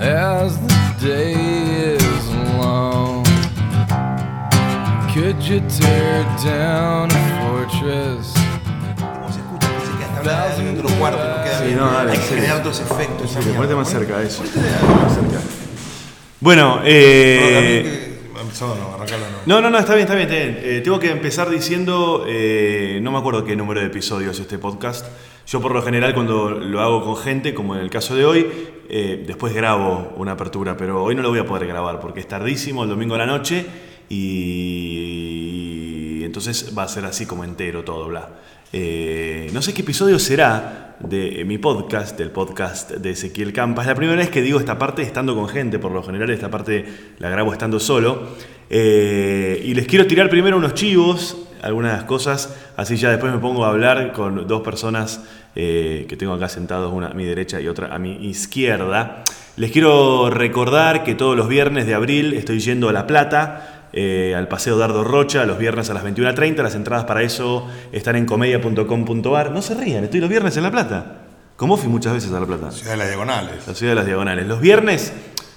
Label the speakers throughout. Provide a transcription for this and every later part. Speaker 1: realize the day is long. Could you tear down a fortress?
Speaker 2: Como se escucha, pues, que se queda hasta hablar de otro cuarto, no queda
Speaker 3: Sí,
Speaker 2: bien.
Speaker 3: no, dale,
Speaker 2: Hay
Speaker 3: en
Speaker 2: que
Speaker 3: serio.
Speaker 2: crear otros efectos. esa
Speaker 3: Sí,
Speaker 2: mierda.
Speaker 3: ponete más cerca eso.
Speaker 2: Ponete más cerca.
Speaker 3: Bueno, eh,
Speaker 2: No, empezó, no, arrancalo, no.
Speaker 3: no, no, no, está bien, está bien. está bien. Eh, tengo que empezar diciendo, eh, no me acuerdo qué número de episodios este podcast. Yo por lo general cuando lo hago con gente, como en el caso de hoy, eh, después grabo una apertura, pero hoy no lo voy a poder grabar porque es tardísimo, el domingo a la noche, y entonces va a ser así como entero todo, bla. Eh, no sé qué episodio será de mi podcast, del podcast de Ezequiel Campa. Es la primera vez que digo esta parte estando con gente, por lo general esta parte la grabo estando solo. Eh, y les quiero tirar primero unos chivos, algunas cosas, así ya después me pongo a hablar con dos personas eh, que tengo acá sentados, una a mi derecha y otra a mi izquierda. Les quiero recordar que todos los viernes de abril estoy yendo a La Plata. eh, al Paseo Dardo Rocha, los viernes a las 21.30. Las entradas para eso están en comedia.com.ar. No se rían, estoy los viernes en La Plata. Como fui muchas veces a La Plata.
Speaker 2: Ciudad de las Diagonales.
Speaker 3: La ciudad de las diagonales. Los viernes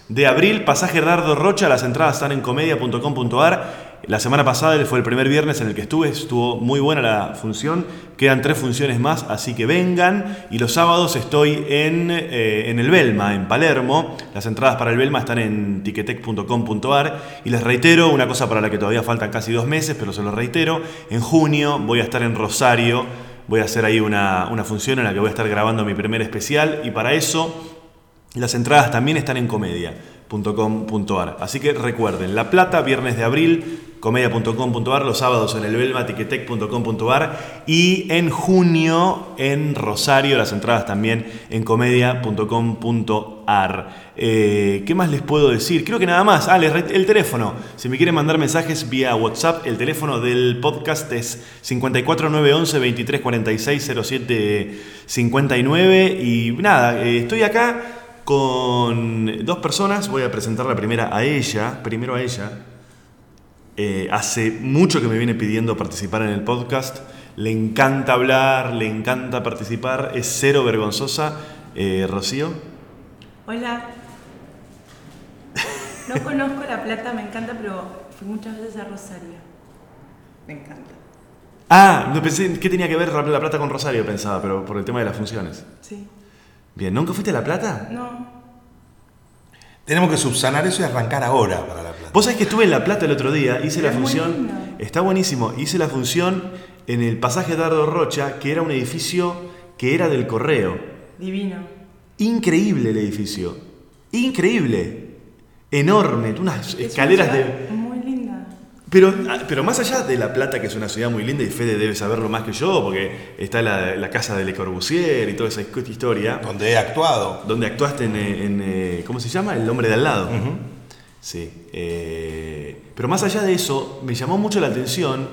Speaker 3: de abril, pasaje Dardo Rocha, las entradas están en comedia.com.ar. La semana pasada él fue el primer viernes en el que estuve, estuvo muy buena la función. Quedan tres funciones más, así que vengan. Y los sábados estoy en, eh, en el Belma, en Palermo. Las entradas para el Belma están en tiquetec.com.ar. Y les reitero, una cosa para la que todavía faltan casi dos meses, pero se los reitero, en junio voy a estar en Rosario. Voy a hacer ahí una, una función en la que voy a estar grabando mi primer especial y para eso las entradas también están en comedia.com.ar. Así que recuerden, La Plata, viernes de abril, comedia.com.ar, los sábados en el Belma, tiquetec.com.ar y en junio en Rosario, las entradas también en comedia.com.ar. Eh, ¿Qué más les puedo decir? Creo que nada más. Ah, les re- el teléfono. Si me quieren mandar mensajes vía WhatsApp, el teléfono del podcast es 54911 2346 0759. Y nada, eh, estoy acá con dos personas. Voy a presentar la primera a ella. Primero a ella. Eh, hace mucho que me viene pidiendo participar en el podcast. Le encanta hablar, le encanta participar. Es cero vergonzosa. Eh, Rocío.
Speaker 4: Hola. No conozco La Plata, me encanta, pero fui muchas veces a Rosario. Me encanta.
Speaker 3: Ah, no pensé qué tenía que ver La Plata con Rosario, pensaba, pero por el tema de las funciones.
Speaker 4: Sí.
Speaker 3: Bien, ¿nunca fuiste a La
Speaker 2: Ah.
Speaker 3: Plata?
Speaker 4: No.
Speaker 2: Tenemos que subsanar eso y arrancar ahora para la plata.
Speaker 3: Vos sabés que estuve en La Plata el otro día, hice la
Speaker 4: Es muy
Speaker 3: función.
Speaker 4: lindo.
Speaker 3: Está buenísimo, hice la función en el pasaje Dardo Rocha, que era un edificio que era del correo.
Speaker 4: Divino.
Speaker 3: Increíble el edificio. Increíble. Enorme, unas
Speaker 4: Es una
Speaker 3: escaleras de.
Speaker 4: ciudad Muy linda.
Speaker 3: Pero, ah, pero más allá de La Plata, que es una ciudad muy linda y Fede debe saberlo más que yo, porque está la, la casa de Le Corbusier y toda esa historia,
Speaker 2: Donde he actuado.
Speaker 3: donde actuaste en, eh, en, eh, ¿cómo se llama? El hombre de al lado. Sí. eh, pero más allá de eso, me llamó mucho la atención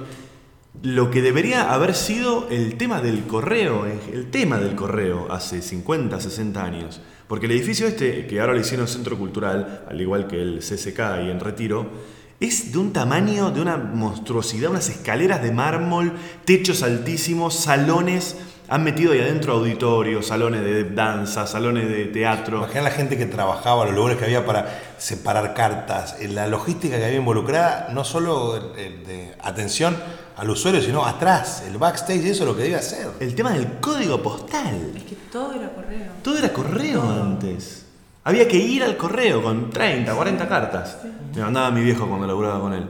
Speaker 3: lo que debería haber sido el tema del correo, eh, el tema del correo hace 50, 60 años. Porque el edificio este, que ahora lo hicieron centro cultural, al igual que el CCK y en Retiro, es de un tamaño, de una monstruosidad, unas escaleras de mármol, techos altísimos, salones. Han metido ahí adentro auditorios, salones de danza, salones de teatro.
Speaker 2: Imagina la gente que trabajaba, los lugares que había para separar cartas, eh, la logística que había involucrada, no solo eh, de atención al usuario, sino atrás, el backstage, eso es lo que debe hacer.
Speaker 3: El tema del código postal.
Speaker 4: Es que todo era correo.
Speaker 3: Todo era correo antes. Había que ir al correo con 30, 40 cartas. Me mandaba mi viejo cuando laburaba con él.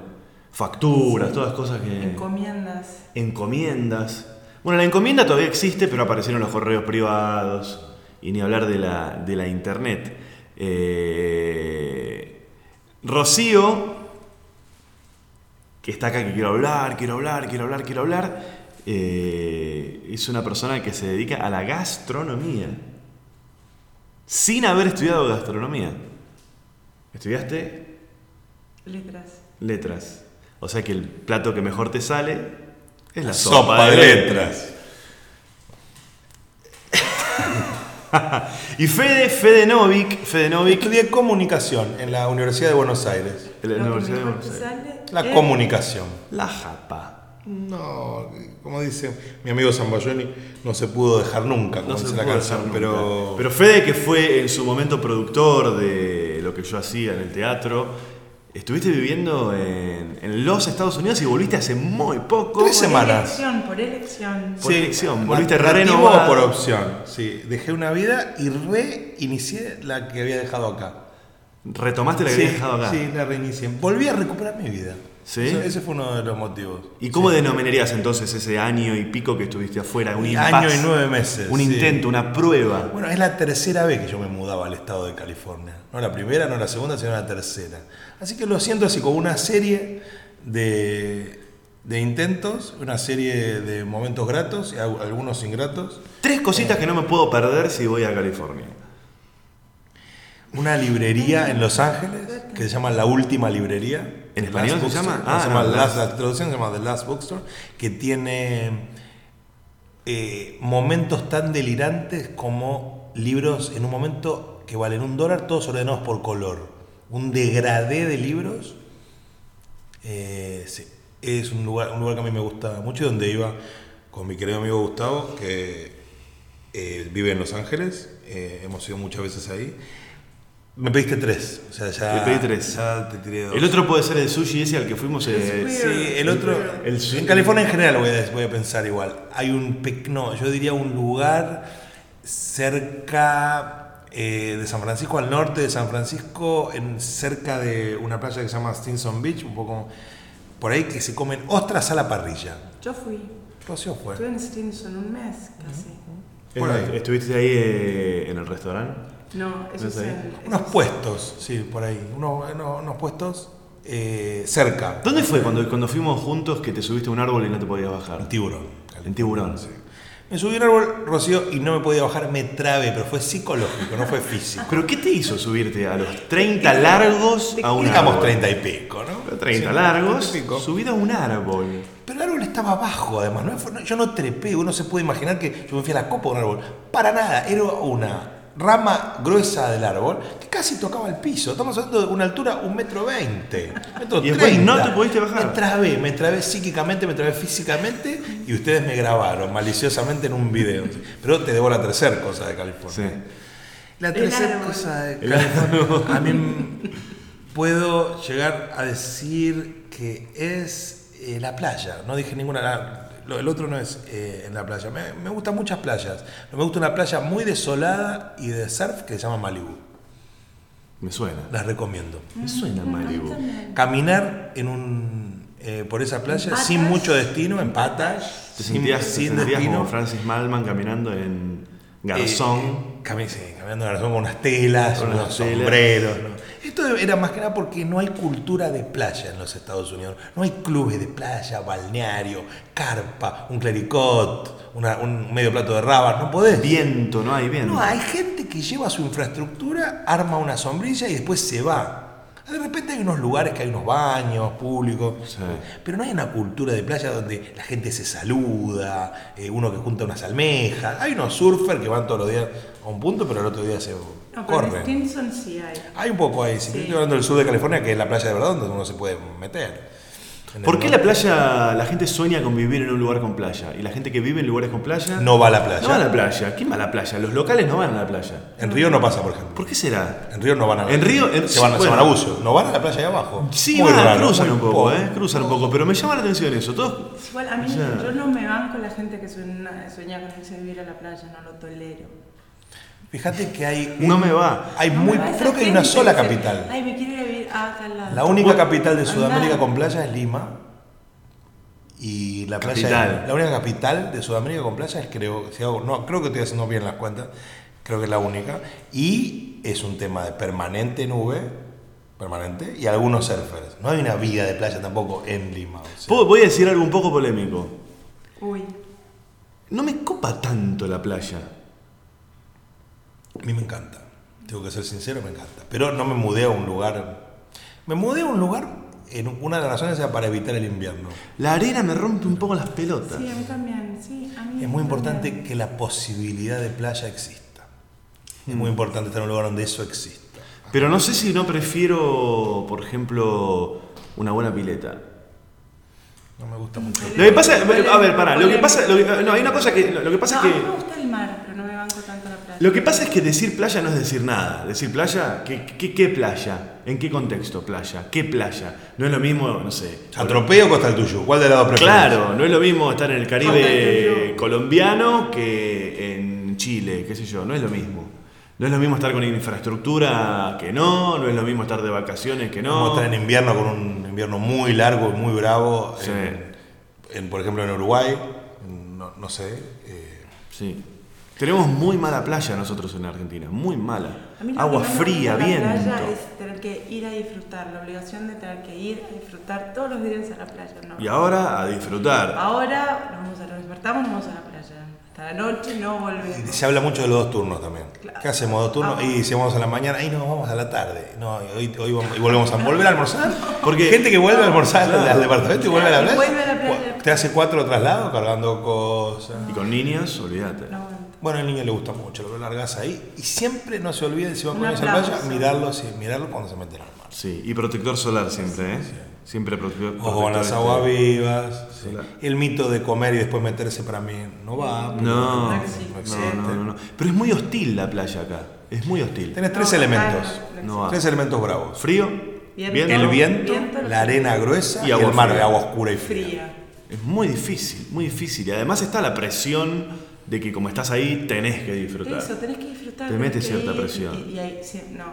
Speaker 3: Facturas, todas cosas que.
Speaker 4: Encomiendas.
Speaker 3: Encomiendas. Bueno, la encomienda todavía existe, pero aparecieron los correos privados. Y ni hablar de la, de la internet. Eh, Rocío, que está acá, que quiero hablar, quiero hablar, quiero hablar, quiero hablar, eh, es una persona que se dedica a la gastronomía. Sin haber estudiado gastronomía. Estudiaste
Speaker 4: Letras.
Speaker 3: letras. O sea que el plato que mejor te sale es la sopa,
Speaker 2: Sopa
Speaker 3: de
Speaker 2: de
Speaker 3: letras. Y Fede, Fede Novik, Fede Novik,
Speaker 2: Estudié comunicación en la Universidad de Buenos Aires.
Speaker 3: de la
Speaker 4: Lo que
Speaker 3: Universidad de Buenos
Speaker 4: mejor te
Speaker 3: Aires.
Speaker 4: sale
Speaker 2: La
Speaker 4: es-
Speaker 2: comunicación.
Speaker 3: La Japa.
Speaker 2: Eh, No, como dice mi amigo Zambayoni, no se pudo dejar nunca, como
Speaker 3: No se
Speaker 2: dice la
Speaker 3: puede
Speaker 2: canción,
Speaker 3: hacer nunca.
Speaker 2: pero,
Speaker 3: pero Fede, que fue en su momento productor de que yo hacía en el teatro. Estuviste viviendo en, en los Estados Unidos y volviste hace muy poco.
Speaker 2: Tres
Speaker 4: Por
Speaker 2: semanas.
Speaker 4: elección, por elección.
Speaker 3: Por elección, volviste
Speaker 2: nat- nativo
Speaker 3: renovado.
Speaker 2: por opción. Sí, dejé una vida y reinicié la que había dejado acá.
Speaker 3: Retomaste la que
Speaker 2: sí,
Speaker 3: habías dejado acá.
Speaker 2: Sí, la reinicié. Volví a recuperar mi vida.
Speaker 3: Sí.
Speaker 2: Eso- Ese fue uno de los motivos.
Speaker 3: ¿Y cómo denominarías entonces ese año y pico que estuviste afuera? Un
Speaker 2: Un
Speaker 3: impas,
Speaker 2: año y nueve meses.
Speaker 3: Un
Speaker 2: sí.
Speaker 3: intento, una prueba.
Speaker 2: Bueno, es la tercera vez que yo me mudaba al estado de California. No la primera, no la segunda, sino la tercera. Así que lo siento así como una serie de, de intentos, una serie de momentos gratos y al- algunos ingratos.
Speaker 3: Tres cositas que no me puedo perder si voy a California.
Speaker 2: Una librería en Los Ángeles que se llama La Última Librería.
Speaker 3: ¿En
Speaker 2: The
Speaker 3: español
Speaker 2: Last
Speaker 3: se
Speaker 2: Bookstore.
Speaker 3: llama?
Speaker 2: No,
Speaker 3: Ah,
Speaker 2: se llama
Speaker 3: no,
Speaker 2: Last- la traducción se llama The Last Bookstore, que tiene eh, momentos tan delirantes como libros en un momento que valen un dólar, todos ordenados por color. Un degradé de libros. Eh, sí. Es un lugar, un lugar que a mí me gusta mucho y donde iba con mi querido amigo Gustavo, que eh, vive en Los Ángeles. Eh, hemos ido muchas veces ahí. Me pediste tres. O sea, ya.
Speaker 3: Le pedí tres.
Speaker 2: Ya te tiré dos.
Speaker 3: El otro puede ser el sushi ese al que fuimos. eh,
Speaker 4: sushi.
Speaker 2: Sí, el otro.
Speaker 3: El- el-
Speaker 2: en California en general voy a, voy a pensar igual. Hay un. pe- No, yo diría un lugar cerca eh, de San Francisco, al norte de San Francisco, en, cerca de una playa que se llama Stinson Beach, un poco por ahí, que se comen ostras a la parrilla.
Speaker 4: Yo fui.
Speaker 2: Rocío fue.
Speaker 4: Estuve en Stinson un mes casi.
Speaker 2: por ahí.
Speaker 3: ¿Estuviste ahí eh, en el restaurante?
Speaker 4: No, eso
Speaker 3: No
Speaker 4: es
Speaker 3: sé.
Speaker 4: en- eso
Speaker 2: Unos
Speaker 4: es-
Speaker 2: puestos, sí, por ahí. Unos, eh, unos- unos puestos eh, cerca.
Speaker 3: ¿Dónde fue cuando, cuando fuimos juntos que te subiste a un árbol y no te podías
Speaker 2: Un
Speaker 3: bajar?
Speaker 2: tiburón.
Speaker 3: En tiburón.
Speaker 2: Me subí a un árbol, Rocío, y no me podía bajar, me trabe, pero fue psicológico, no fue físico.
Speaker 3: ¿Pero qué te hizo subirte a los 30 largos a un
Speaker 2: Digamos
Speaker 3: árbol?
Speaker 2: 30 y pico, ¿no?
Speaker 3: 30
Speaker 2: Sí,
Speaker 3: largos,
Speaker 2: 30 y pico.
Speaker 3: subido a un árbol.
Speaker 2: Pero el árbol estaba abajo, además. ¿no? Fue- no- yo no trepé, uno se puede imaginar que yo me fui a la copa de un árbol. Para nada, era una rama gruesa del árbol que casi tocaba el piso. Estamos hablando de una altura un metro veinte, metro
Speaker 3: Y después
Speaker 2: treinta.
Speaker 3: no te pudiste bajar.
Speaker 2: Me trabé, me trabé psíquicamente, me trabé físicamente y ustedes me grabaron maliciosamente en un video. Pero te debo la tercera cosa de California.
Speaker 3: Sí.
Speaker 2: La
Speaker 4: El
Speaker 2: tercera
Speaker 4: árbol.
Speaker 2: cosa de California, a mí m- puedo llegar a decir que es eh, la playa. No dije ninguna. la- lo- el otro no es eh, en la playa. Me, me gustan muchas playas. pero Me gusta una playa muy desolada y de surf que se llama Malibu.
Speaker 3: Me suena.
Speaker 2: Las recomiendo.
Speaker 3: Me suena Malibu.
Speaker 2: Caminar en un eh, por esa playa
Speaker 4: patas?
Speaker 2: sin mucho destino, en patas,
Speaker 3: Te
Speaker 2: sin,
Speaker 3: sentías, te
Speaker 2: sin
Speaker 3: sentías
Speaker 2: destino.
Speaker 3: como Francis Malman caminando en Garzón.
Speaker 2: Eh, cami- sí, caminando de garzón con unas telas,
Speaker 3: Con
Speaker 2: unos
Speaker 3: unas telas.
Speaker 2: sombreros. ¿no? Esto era más que nada porque no hay cultura de playa en los Estados Unidos. No hay clubes de playa, balneario, carpa, un clericot, una- un medio plato de rabas. No podés.
Speaker 3: viento, no hay viento.
Speaker 2: No, hay gente que lleva su infraestructura, arma una sombrilla y después se va. De repente hay unos lugares que hay unos baños públicos,
Speaker 3: Sí.
Speaker 2: pero no hay una cultura de playa donde la gente se saluda, eh, uno que junta unas almejas. Hay unos surfers que van todos los días a un punto, pero el otro día se
Speaker 4: No, pero en
Speaker 2: corren.
Speaker 4: Stinson sí hay.
Speaker 2: Hay un poco ahí, si
Speaker 4: Sí.
Speaker 2: estoy hablando del sur de California, que es la playa de verdad donde uno se puede meter. En el
Speaker 3: ¿Por qué la
Speaker 2: norte
Speaker 3: playa, la gente sueña con vivir en un lugar con playa? Y la gente que vive en lugares con playa
Speaker 2: no va a la playa?
Speaker 3: no va a la playa. ¿Quién va a la playa? Los locales no van a la playa.
Speaker 2: En Río no pasa, por ejemplo.
Speaker 3: ¿Por qué será?
Speaker 2: En Río no van a la
Speaker 3: En Río- en-
Speaker 2: se van,
Speaker 3: sí,
Speaker 2: se van
Speaker 3: bueno.
Speaker 2: a Bucio. No van a la playa de abajo.
Speaker 3: Sí,
Speaker 2: Muy
Speaker 3: van,
Speaker 2: raro,
Speaker 3: cruzan
Speaker 2: muy
Speaker 3: un poco,
Speaker 2: poco.
Speaker 3: ¿eh? Cruzan un poco, pero me llama la atención eso. Todos,
Speaker 4: Es Igual a mí,
Speaker 3: Ya.
Speaker 4: yo no me banco la gente que suena- sueña con irse a vivir a la playa, no lo tolero.
Speaker 2: Fíjate que hay.
Speaker 3: No me va.
Speaker 2: Hay
Speaker 4: No me
Speaker 2: muy,
Speaker 4: va esa
Speaker 2: creo que hay
Speaker 4: gente
Speaker 2: una sola
Speaker 4: dice,
Speaker 2: capital.
Speaker 4: Ay, me quiero ir a vivir a acá al lado.
Speaker 2: La única
Speaker 3: Vos-
Speaker 2: capital de
Speaker 4: Andá.
Speaker 2: Sudamérica con playa es Lima. Y la playa.
Speaker 3: Capital.
Speaker 2: La única capital de Sudamérica con playa es, creo. si hago- no, creo que estoy haciendo bien las cuentas. Creo que es la única. Y es un tema de permanente nube. Permanente. Y algunos surfers. No hay una vida de playa tampoco en Lima. o sea.
Speaker 3: Puedo- voy a decir algo un poco polémico.
Speaker 4: Uy,
Speaker 3: No me copa tanto la playa.
Speaker 2: A mí me encanta. Tengo que ser sincero, me encanta. Pero no me mudé a un lugar. Me mudé a un lugar, en una de las razones era para evitar el invierno.
Speaker 3: La arena me rompe un poco las pelotas.
Speaker 4: sí, a mí también, sí, a mí
Speaker 2: Es muy importante
Speaker 4: también.
Speaker 2: que la posibilidad de playa exista. Es muy importante estar en un lugar donde eso exista.
Speaker 3: Pero no sé si no prefiero, por ejemplo, una buena pileta.
Speaker 2: No me gusta mucho.
Speaker 3: Lo que pasa, a ver, pará, lo que pasa, lo que- no, hay una cosa que, lo que pasa
Speaker 4: No,
Speaker 3: es
Speaker 4: a mí me
Speaker 3: que
Speaker 4: gusta el mar, pero no me banco tanto la playa.
Speaker 3: Lo que pasa es que decir playa no es decir nada. Decir playa, ¿qué, qué, qué playa? ¿En qué contexto playa? ¿Qué playa? No es lo mismo, no sé.
Speaker 2: ¿Atropello o Costa del Tuyo? ¿Cuál de las dos prefieres?
Speaker 3: Claro, no es lo mismo estar en el
Speaker 4: Contexto,
Speaker 3: Caribe
Speaker 4: yo.
Speaker 3: colombiano que en Chile, qué sé yo, no es lo mismo. No es lo mismo estar con infraestructura que no, no es lo mismo estar de vacaciones que
Speaker 2: Vamos a
Speaker 3: no.
Speaker 2: estar en invierno con un invierno muy largo y muy bravo.
Speaker 3: Sí.
Speaker 2: En, en, por ejemplo, en Uruguay, no, no sé. eh,
Speaker 3: Sí. Tenemos muy mala playa nosotros en Argentina, muy mala.
Speaker 4: A mí lo
Speaker 3: Agua
Speaker 4: que más me
Speaker 3: fría,
Speaker 4: gusta de
Speaker 3: viento.
Speaker 4: la playa es tener que ir a disfrutar, la obligación de tener que ir a disfrutar todos los días a la playa. ¿no?
Speaker 3: Y ahora a disfrutar.
Speaker 4: Ahora nos vamos a nos despertamos, nos vamos a la playa. Hasta la noche no volvemos.
Speaker 2: se habla mucho de los dos turnos también.
Speaker 4: Claro.
Speaker 2: ¿Qué hacemos? ¿Dos turnos?
Speaker 4: Ah.
Speaker 2: Y si vamos a la mañana, y no, vamos a la tarde. No, hoy, hoy vamos, y volvemos a volver a almorzar.
Speaker 3: Porque-
Speaker 2: gente que vuelve a almorzar al- al departamento y vuelve a la
Speaker 4: Y
Speaker 2: playa.
Speaker 4: vuelve a la playa.
Speaker 2: Te hace cuatro traslados cargando cosas.
Speaker 3: Y con niñas, olvídate.
Speaker 4: No,
Speaker 2: Bueno, al niño le gusta mucho, lo largas ahí. Y siempre no se olviden, si van
Speaker 4: Un
Speaker 2: con esa
Speaker 4: aplauso.
Speaker 2: playa, mirarlo, sí, mirarlo cuando se meten al mar.
Speaker 3: Sí, y protector solar siempre, ¿eh? Siempre protector
Speaker 2: O con las
Speaker 3: protector
Speaker 2: aguas
Speaker 3: este.
Speaker 2: vivas. sí.
Speaker 3: Claro.
Speaker 2: El mito de comer y después meterse para mí no va. porque
Speaker 3: No,
Speaker 4: No existe.
Speaker 2: no existe.
Speaker 3: No, no, no, no. Pero es muy hostil la playa acá. Es muy hostil.
Speaker 2: Tenés tres
Speaker 4: No,
Speaker 2: elementos.
Speaker 4: claro,
Speaker 3: no va.
Speaker 2: Tres elementos bravos.
Speaker 3: Frío,
Speaker 4: Viento.
Speaker 3: bien,
Speaker 2: El viento,
Speaker 4: Viento,
Speaker 2: la arena gruesa
Speaker 3: Y
Speaker 2: y,
Speaker 3: agua
Speaker 2: el mar
Speaker 3: fría.
Speaker 2: de agua oscura y fría.
Speaker 4: fría.
Speaker 3: Es muy difícil, muy difícil. Y además está la presión de que como estás ahí tenés que disfrutar.
Speaker 4: Eso, tenés que disfrutar.
Speaker 3: Te
Speaker 4: tenés
Speaker 3: mete
Speaker 4: que
Speaker 3: cierta
Speaker 4: ir y-
Speaker 3: presión.
Speaker 4: Y, y ahí, sí, no,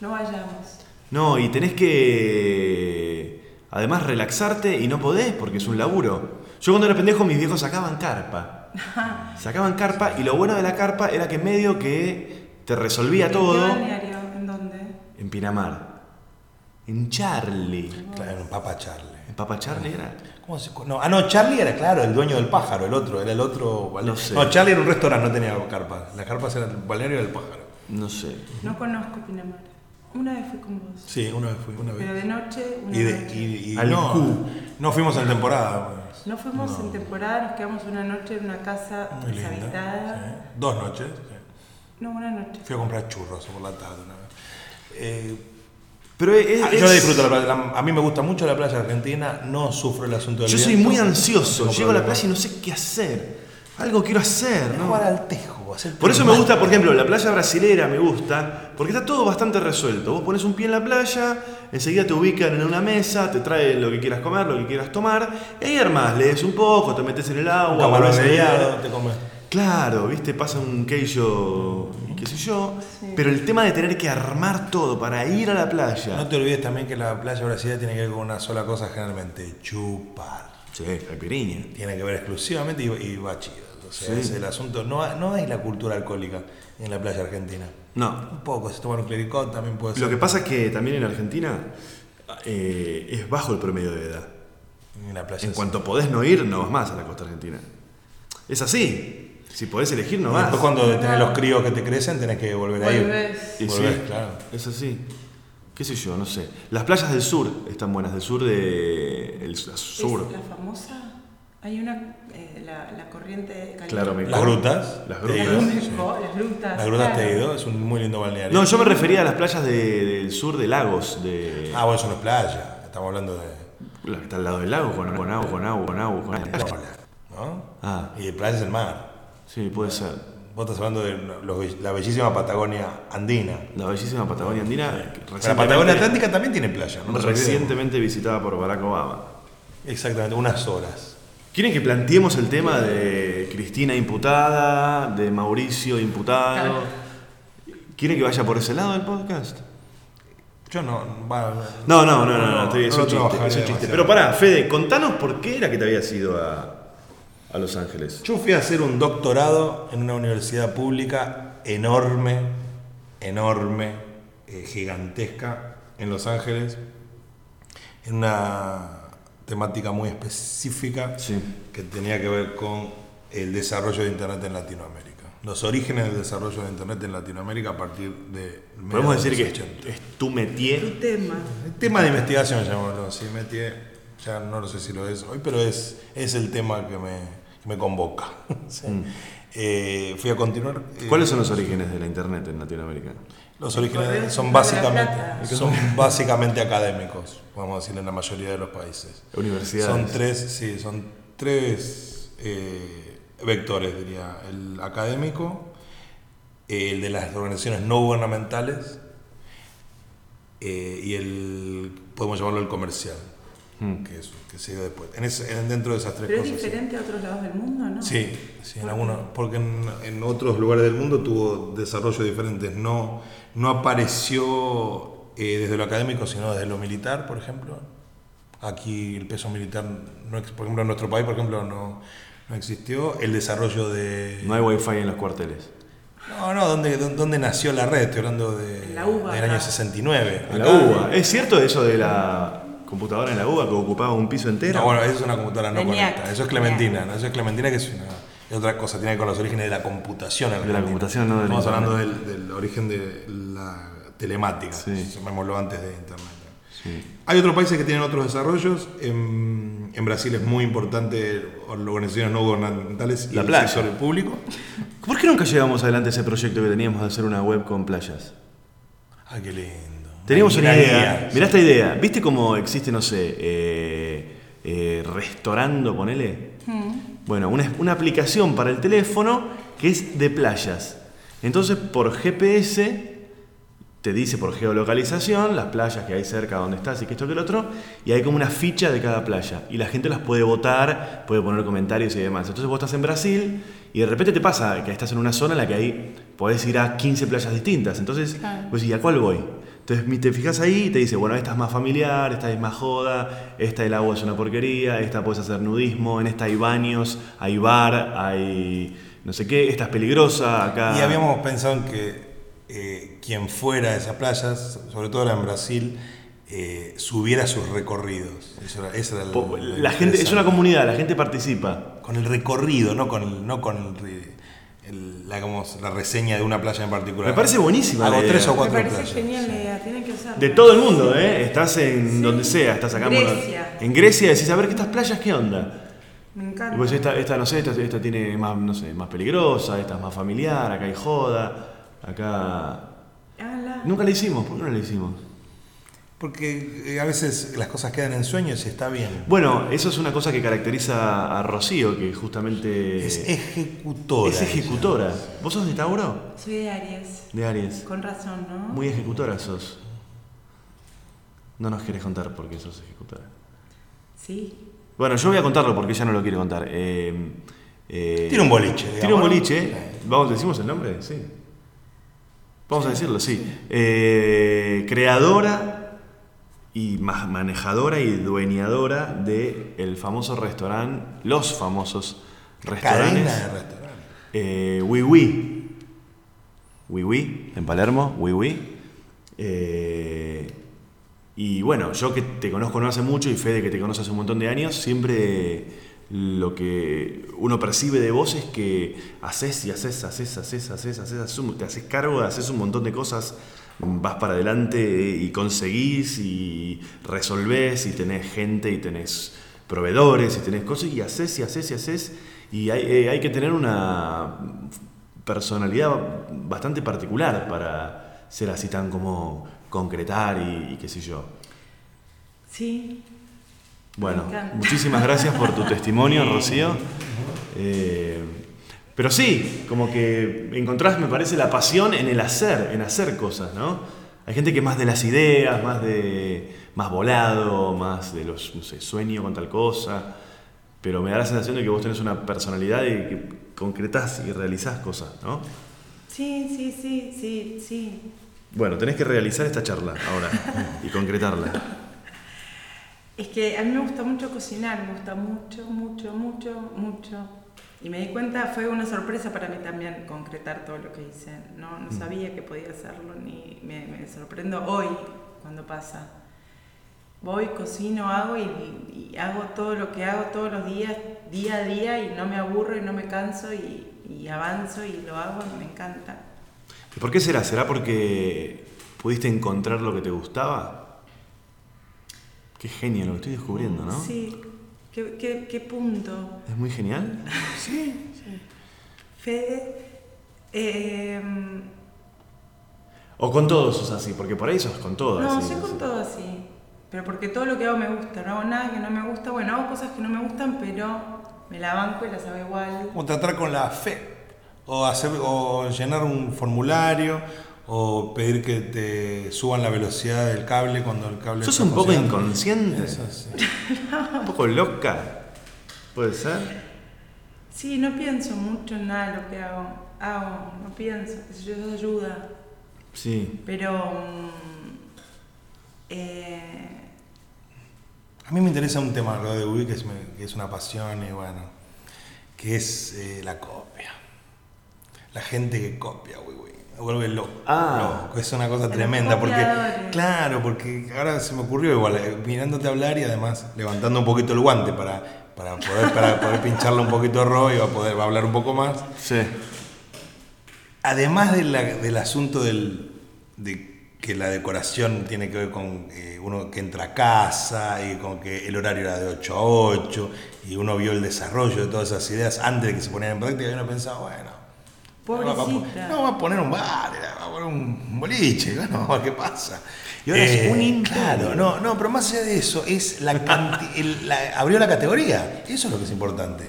Speaker 4: no vayamos.
Speaker 3: No, y tenés que además relaxarte y no podés porque es un laburo. Yo cuando era pendejo mis viejos sacaban carpa. Sacaban carpa y lo bueno de la carpa era que medio que te resolvía
Speaker 4: ¿Qué
Speaker 3: todo
Speaker 4: balneario? ¿En dónde?
Speaker 3: en Pinamar. En Charlie.
Speaker 2: Claro, era un papá Charlie.
Speaker 3: ¿En Papa Charlie era?
Speaker 2: ¿Cómo se co- no, ah, no, Charlie era, claro, el dueño del pájaro, el otro, era el otro.
Speaker 3: No sé.
Speaker 2: Charlie era un restaurante, no tenía carpas. Las carpas eran el balneario del pájaro.
Speaker 3: No sé.
Speaker 4: No conozco Pinamar. Una vez fui con vos.
Speaker 2: Sí, una vez fui, una vez.
Speaker 4: Pero de noche, una
Speaker 2: Y, de,
Speaker 4: noche.
Speaker 2: y, y-
Speaker 3: Al Q.
Speaker 2: no, no fuimos en temporada. pues.
Speaker 4: No fuimos en temporada, nos quedamos una noche en una casa
Speaker 2: Muy linda,
Speaker 4: deshabitada.
Speaker 2: sí. Dos noches. sí.
Speaker 4: No, una noche.
Speaker 2: Fui a comprar churros por la tarde una vez. Eh,
Speaker 3: Pero es-
Speaker 2: ah, yo
Speaker 3: es-
Speaker 2: disfruto la playa. la- a mí me gusta mucho la playa argentina. No sufro el asunto del
Speaker 3: Yo soy
Speaker 2: viento.
Speaker 3: muy ansioso.
Speaker 2: Tengo
Speaker 3: Llego a la
Speaker 2: problema.
Speaker 3: playa y no sé qué hacer. Algo quiero hacer,
Speaker 2: Quiero
Speaker 3: ¿no?
Speaker 2: jugar al tejo. hacer
Speaker 3: Por eso me
Speaker 2: pinball.
Speaker 3: gusta, por ejemplo, la playa brasilera me gusta, porque está todo bastante resuelto. Vos pones un pie en la playa, enseguida te ubican en una mesa, te traen lo que quieras comer, lo que quieras tomar, y ahí armás, lees un poco, te metes en el agua,
Speaker 2: Camarón
Speaker 3: volvés a leer.
Speaker 2: mediado, te comes.
Speaker 3: Claro, viste, pasa un queijo, y qué sé yo.
Speaker 4: Sí.
Speaker 3: Pero el tema de tener que armar todo para ir a la playa.
Speaker 2: No te olvides también que la playa brasileña tiene que ver con una sola cosa generalmente, chupar.
Speaker 3: Sí, caipirinha.
Speaker 2: Tiene que ver exclusivamente y, y va chido. O sea,
Speaker 3: Sí.
Speaker 2: es el asunto. No, ha- no hay la cultura alcohólica en la playa argentina.
Speaker 3: No.
Speaker 2: Un poco, se toman un clericot también puede ser.
Speaker 3: Lo que pasa es que también en Argentina eh, es bajo el promedio de edad.
Speaker 2: En la playa.
Speaker 3: En
Speaker 2: es-
Speaker 3: cuanto podés no ir, no vas más a la costa argentina. Es así. Si podés elegir, no vas.
Speaker 2: Después cuando tenés los críos que te crecen tenés que volver a ir.
Speaker 4: Volvés.
Speaker 3: Y
Speaker 2: Volvés,
Speaker 3: sí,
Speaker 2: claro.
Speaker 3: Es así. ¿Qué sé yo? No sé. Las playas del sur están buenas. Del sur de... El sur.
Speaker 4: Es la famosa. Hay una. eh, la, la corriente caliente.
Speaker 3: Claro, me-
Speaker 2: Las grutas.
Speaker 3: Las
Speaker 2: te
Speaker 3: grutas,
Speaker 4: Las
Speaker 2: digo,
Speaker 4: grutas,
Speaker 2: sí.
Speaker 4: las grutas.
Speaker 2: Las grutas te
Speaker 4: claro.
Speaker 2: he ido, es un muy lindo balneario.
Speaker 3: No, yo me refería a las playas de- del sur de Lagos. De...
Speaker 2: Ah, bueno, eso no es playa. Estamos hablando de.
Speaker 3: La que está al lado del lago, con, con agua, con agua, con agua. con agua.
Speaker 2: ¿No?
Speaker 3: Ah.
Speaker 2: Y el playa es el mar.
Speaker 3: Sí, puede ser.
Speaker 2: Vos estás hablando de los- la bellísima Patagonia andina.
Speaker 3: La bellísima Patagonia Andina. que
Speaker 2: La
Speaker 3: recientemente-
Speaker 2: Patagonia Atlántica también tiene playa, ¿no?
Speaker 3: Recientemente visitada por Barack Obama.
Speaker 2: Exactamente, unas horas.
Speaker 3: ¿Quieren que planteemos el tema de Cristina imputada, de Mauricio imputado? ¿Quieren que vaya por ese lado del podcast?
Speaker 2: Yo no. va-
Speaker 3: No, no, no, no, no, estoy- es,
Speaker 2: lo
Speaker 3: un chiste,
Speaker 2: trabajaría
Speaker 3: es un chiste.
Speaker 2: demasiado.
Speaker 3: Pero pará, Fede, contanos por qué era que te habías ido a, a Los Ángeles.
Speaker 2: Yo fui a hacer un doctorado en una universidad pública enorme, enorme, eh, gigantesca, en Los Ángeles, en una temática muy específica
Speaker 3: Sí.
Speaker 2: que tenía que ver con el desarrollo de Internet en Latinoamérica. Los orígenes del desarrollo de Internet en Latinoamérica a partir de...
Speaker 3: Podemos decir que
Speaker 2: mediados de los 80.
Speaker 3: es, es tu métier.
Speaker 4: Tu tema.
Speaker 2: El tema de investigación, llamémoslo. Si metí, ya no lo sé si lo es hoy, pero es, es el tema que me, que me convoca. Sí. Eh, fui a continuar. eh,
Speaker 3: Mm. ¿Cuáles son los orígenes de la Internet en Latinoamérica?
Speaker 2: Los orígenes
Speaker 4: Correr
Speaker 2: son
Speaker 4: de la
Speaker 2: básicamente,
Speaker 4: Plata.
Speaker 2: son básicamente académicos, vamos a decir, en la mayoría de los países.
Speaker 3: Universidades.
Speaker 2: Son tres, sí, son tres eh, vectores, diría. El académico, el de las organizaciones no gubernamentales eh, y el, podemos llamarlo el comercial, que, es, que se dio después. En ese- en- dentro de esas tres
Speaker 4: Pero es
Speaker 2: cosas. sí.
Speaker 4: diferente a otros lados del mundo, ¿no?
Speaker 2: Sí, sí, en algunos, porque en, en otros lugares del mundo tuvo desarrollos diferentes. No, no apareció eh, desde lo académico, sino desde lo militar, por ejemplo. Aquí el peso militar, no, ex- por ejemplo, en nuestro país, por ejemplo, no, no existió. El desarrollo de...
Speaker 3: Eh, No hay wifi en los cuarteles.
Speaker 2: No, no, ¿dónde, dónde, dónde nació la red? Estoy hablando de,
Speaker 4: En la UBA,
Speaker 2: del año
Speaker 4: acá.
Speaker 2: 69.
Speaker 3: En la
Speaker 2: Acá-
Speaker 3: UBA. ¿Es cierto eso de la computadora en la UBA que ocupaba un piso entero?
Speaker 2: No, bueno, eso es una computadora no
Speaker 4: Maniac.
Speaker 2: conectada. Eso es Clementina, ¿no? Eso es Clementina que es una... es otra cosa, tiene que ver con los orígenes de la computación.
Speaker 3: la
Speaker 2: argentina.
Speaker 3: computación, no del
Speaker 2: Estamos
Speaker 3: internet.
Speaker 2: hablando del, del origen de la telemática,
Speaker 3: Sí.
Speaker 2: llamémoslo antes de internet.
Speaker 3: Sí.
Speaker 2: Hay otros países que tienen otros desarrollos. En, en Brasil es muy importante las organizaciones no gubernamentales y
Speaker 3: La
Speaker 2: el
Speaker 3: playa.
Speaker 2: sector público.
Speaker 3: ¿Por qué nunca llevamos adelante ese proyecto que teníamos de hacer una web con playas?
Speaker 2: Ah, qué lindo.
Speaker 3: Teníamos una
Speaker 2: Gran
Speaker 3: idea.
Speaker 2: sí.
Speaker 3: Mirá esta idea. ¿Viste cómo existe, no sé, eh, eh, restaurando, ponele? Bueno, una, una aplicación para el teléfono que es de playas. Entonces, por GPS, te dice por geolocalización las playas que hay cerca, donde estás y que esto que el otro, y hay como una ficha de cada playa. Y la gente las puede votar, puede poner comentarios y demás. Entonces, vos estás en Brasil y de repente te pasa que estás en una zona en la que hay, podés ir a 15 playas distintas. Entonces,
Speaker 4: Claro.
Speaker 3: pues, ¿y a cuál voy? Entonces mi- te fijas ahí y te dice, bueno, esta es más familiar, esta es más joda, esta el agua es una porquería, esta puedes hacer nudismo, en esta hay baños, hay bar, hay no sé qué, esta es peligrosa, acá...
Speaker 2: Y habíamos pensado en que eh, quien fuera de esas playas, sobre todo ahora en Brasil, eh, subiera sus recorridos. Eso era- esa era la-
Speaker 3: Po-
Speaker 2: la
Speaker 3: La gente, es una
Speaker 2: interesante.
Speaker 3: comunidad, la gente participa.
Speaker 2: Con el recorrido, no con, el- no con el re- el- la, como la reseña de una playa en particular.
Speaker 3: Me parece buenísima la
Speaker 2: Hago
Speaker 3: idea.
Speaker 2: tres o
Speaker 4: Me
Speaker 2: cuatro
Speaker 4: parece
Speaker 2: playas.
Speaker 4: genial la idea, tienen que usarla.
Speaker 3: De todo el mundo, ¿eh? Estás en donde sea, estás acá en Buenos-
Speaker 4: Grecia.
Speaker 3: En Grecia decís, a ver, ¿qué estas playas qué onda?
Speaker 4: Me
Speaker 3: Y
Speaker 4: encanta.
Speaker 3: vos decís, esta, esta, no sé, esta, esta tiene más, no sé, más peligrosa, esta es más familiar, acá hay joda, acá...
Speaker 4: Háganla.
Speaker 3: Nunca la hicimos, ¿por qué no la hicimos?
Speaker 2: Porque eh, a veces las cosas quedan en sueños y está bien.
Speaker 3: Bueno, eso es una cosa que caracteriza a Rocío, que justamente
Speaker 2: es ejecutora.
Speaker 3: eh, es ejecutora. ¿Vos sos de Tauro?
Speaker 4: Soy de Aries.
Speaker 3: De Aries.
Speaker 4: Con razón, ¿no?
Speaker 3: Muy ejecutora sos. No nos querés contar por qué sos ejecutora.
Speaker 4: Sí.
Speaker 3: Bueno, yo voy a contarlo porque ella no lo quiere contar. Eh, eh,
Speaker 2: Tira un boliche, digamos,
Speaker 3: Tira un
Speaker 2: ¿no?
Speaker 3: boliche. ¿Vamos, decimos el nombre? Sí. Vamos a decirlo, sí. Eh, creadora y ma- manejadora y dueñadora del famoso restaurante, los famosos
Speaker 2: Cadena de
Speaker 3: restaurantes.
Speaker 2: restaurantes.
Speaker 3: Eh, Wiwi. Wiwi, en Palermo, Wiwi. Eh, y bueno, yo que te conozco no hace mucho y Fede que te conoce hace un montón de años, siempre lo que uno percibe de vos es que haces y haces, haces, haces, haces, haces, haces, te haces cargo, haces un montón de cosas, vas para adelante y conseguís y resolvés y tenés gente y tenés proveedores y tenés cosas y haces y haces y haces y hay, eh, hay que tener una personalidad bastante particular para ser así tan como concretar y, y qué sé yo.
Speaker 4: Sí.
Speaker 3: Bueno,
Speaker 4: Me encanta.
Speaker 3: muchísimas gracias por tu testimonio, Rocío. Eh, pero sí, como que encontrás, me parece, la pasión en el hacer, en hacer cosas, ¿no? Hay gente que es más de las ideas, más de más volado, más de los, no sé, sueño con tal cosa. Pero me da la sensación de que vos tenés una personalidad y que concretás y realizás cosas, ¿no?
Speaker 4: Sí, sí, sí, sí, sí.
Speaker 3: Bueno, tenés que realizar esta charla ahora y concretarla.
Speaker 4: Es que a mí me gusta mucho cocinar, me gusta mucho, mucho, mucho, mucho. Y me di cuenta, fue una sorpresa para mí también concretar todo lo que hice. No, no sabía que podía hacerlo, ni me, me sorprendo hoy cuando pasa. Voy, cocino, hago y, y hago todo lo que hago todos los días, día a día, y no me aburro y no me canso y, y avanzo y lo hago y me encanta.
Speaker 3: ¿Y por qué será? ¿Será porque pudiste encontrar lo que te gustaba? Qué genio lo que estoy descubriendo, ¿no?
Speaker 4: Sí, qué, qué- qué punto.
Speaker 3: ¿Es muy genial?
Speaker 4: Fede, em,
Speaker 3: ¿O con todos sos así? Porque por ahí sos con todos.
Speaker 4: No,
Speaker 3: así,
Speaker 4: soy con todo así. Pero porque todo lo que hago me gusta. No hago nada que no me gusta. Bueno, hago cosas que no me gustan, pero me la banco y las hago igual.
Speaker 2: Como tratar con la fe. O, hacer, o llenar un formulario, o pedir que te suban la velocidad del cable cuando el cable...
Speaker 3: ¿Sos
Speaker 2: está
Speaker 3: un poco
Speaker 2: funcionando.
Speaker 3: inconsciente?
Speaker 2: Eso sí.
Speaker 3: ¿Un poco loca? ¿Puede ser?
Speaker 4: Sí, no pienso mucho en nada de lo que hago. Hago, no pienso, qué sé yo, eso ayuda.
Speaker 3: Sí.
Speaker 4: Pero. mm, eh,
Speaker 2: A mí me interesa un tema lo de Uri, que es, me- que es una pasión y bueno, que es eh, la copia. La gente que copia, Uri, Uri, me vuelve loco.
Speaker 3: Ah.
Speaker 2: loco. Es una cosa
Speaker 4: Los
Speaker 2: tremenda. Porque,
Speaker 4: copiadores.
Speaker 2: claro, porque ahora se me ocurrió igual, eh, mirándote hablar y además levantando un poquito el guante para, para, poder, para poder pincharle un poquito a Roy y va a poder va a hablar un poco más.
Speaker 3: Sí.
Speaker 2: Además de la- del asunto del, de que la decoración tiene que ver con eh, uno que entra a casa y con que el horario era de 8 a 8 y uno vio el desarrollo de todas esas ideas antes de que se ponieran en práctica y uno pensaba, bueno, no va, a po-
Speaker 4: pobrecita.
Speaker 2: no va a poner un bar, va a poner un boliche, bueno, ¿qué pasa? Y ahora
Speaker 3: Eh,
Speaker 2: es un Claro, no, no, pero más allá de eso, es la canti- el- la- abrió la categoría, eso es lo que es importante.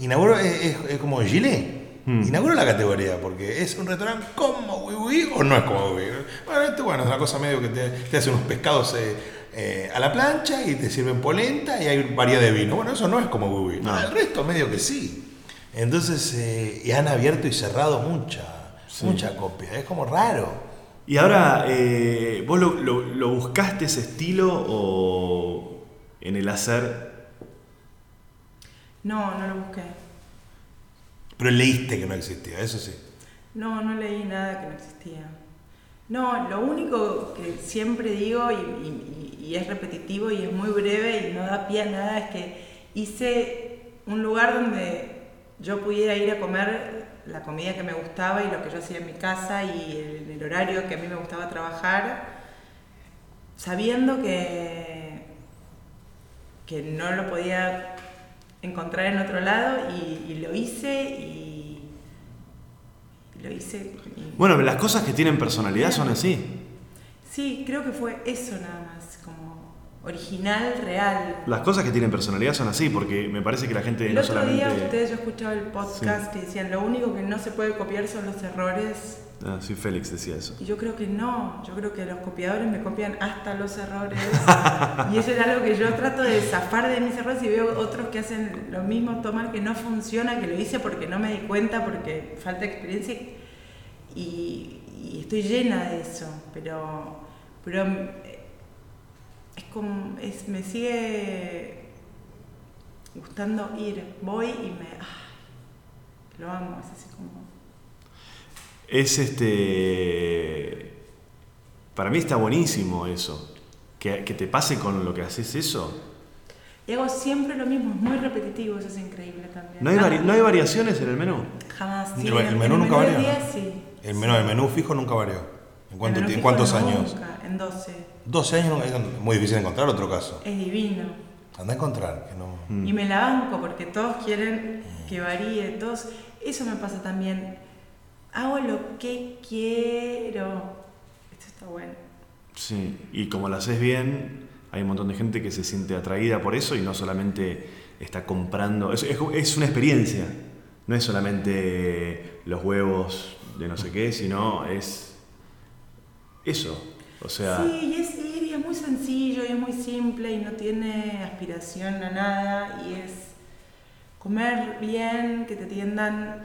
Speaker 2: Inauguró, es, es- es como Gillette. Inauguró la categoría, porque es un restaurante como Wiwi o no es como Wiwi. Bueno, esto bueno, es una cosa medio que te, te hacen unos pescados eh, eh, a la plancha y te sirven polenta y hay variedad de vino. Bueno, eso no es como Wiwi.
Speaker 3: No.
Speaker 2: El resto medio que sí. Entonces, eh, y han abierto y cerrado mucha, mucha copia. Es como raro.
Speaker 3: Y ahora, eh, ¿vos lo, lo- lo buscaste ese estilo o en el hacer?
Speaker 4: No, no lo busqué.
Speaker 2: Pero leíste que no existía, eso sí.
Speaker 4: No, no leí nada que no existía. No, lo único que siempre digo y, y- y- y es repetitivo y es muy breve y no da pie a nada es que hice un lugar donde yo pudiera ir a comer la comida que me gustaba y lo que yo hacía en mi casa y en el horario que a mí me gustaba trabajar, sabiendo que, que no lo podía encontrar en otro lado y, y lo hice y, y lo hice. y-
Speaker 3: Bueno, pero las cosas que tienen personalidad son así.
Speaker 4: Sí, creo que fue eso nada más, como original, real.
Speaker 3: Las cosas que tienen personalidad son así, porque me parece que la gente
Speaker 4: El
Speaker 3: no
Speaker 4: otro
Speaker 3: solamente.
Speaker 4: día ustedes yo escuchaba el podcast que decían lo único que no se puede copiar son los errores
Speaker 3: Ah, sí, Félix decía eso.
Speaker 4: y yo creo que no, yo creo que los copiadores me copian hasta los errores y eso es algo que yo trato de zafar de mis errores y veo otros que hacen lo mismo, toman que no funciona, que lo hice porque no me di cuenta, porque falta experiencia y, y estoy llena de eso, pero, pero eh, es como, es, me sigue gustando ir, voy y me, ay, lo amo, es así como...
Speaker 3: Es este. Para mí está buenísimo eso. Que, que te pase con lo que haces eso.
Speaker 4: Y hago siempre lo mismo, es muy repetitivo, eso es increíble también.
Speaker 3: ¿No hay,
Speaker 4: Ah,
Speaker 3: vari- no hay variaciones en el menú?
Speaker 4: Jamás. sí,
Speaker 2: El- el
Speaker 4: en
Speaker 2: menú nunca
Speaker 4: del
Speaker 2: varía,
Speaker 4: día,
Speaker 2: ¿no?
Speaker 4: sí.
Speaker 2: El menú, el menú fijo nunca varió. ¿En, cuánto
Speaker 4: El menú
Speaker 2: tie-
Speaker 4: fijo
Speaker 2: cuántos años?
Speaker 4: Nunca, en 12.
Speaker 2: 12 años nunca- es muy difícil encontrar otro caso.
Speaker 4: Es divino.
Speaker 2: Anda a encontrar, que no.
Speaker 3: Mm.
Speaker 4: Y me la banco porque todos quieren que varíe, todos. Eso me pasa también. Hago lo que quiero. Esto está bueno.
Speaker 3: Sí, y como lo haces bien, hay un montón de gente que se siente atraída por eso y no solamente está comprando. Es, es- es una experiencia. No es solamente los huevos de no sé qué, sino es eso. O sea,
Speaker 4: Sí, y es ir, y es muy sencillo, y es muy simple, y no tiene aspiración a nada, y es comer bien, que te tiendan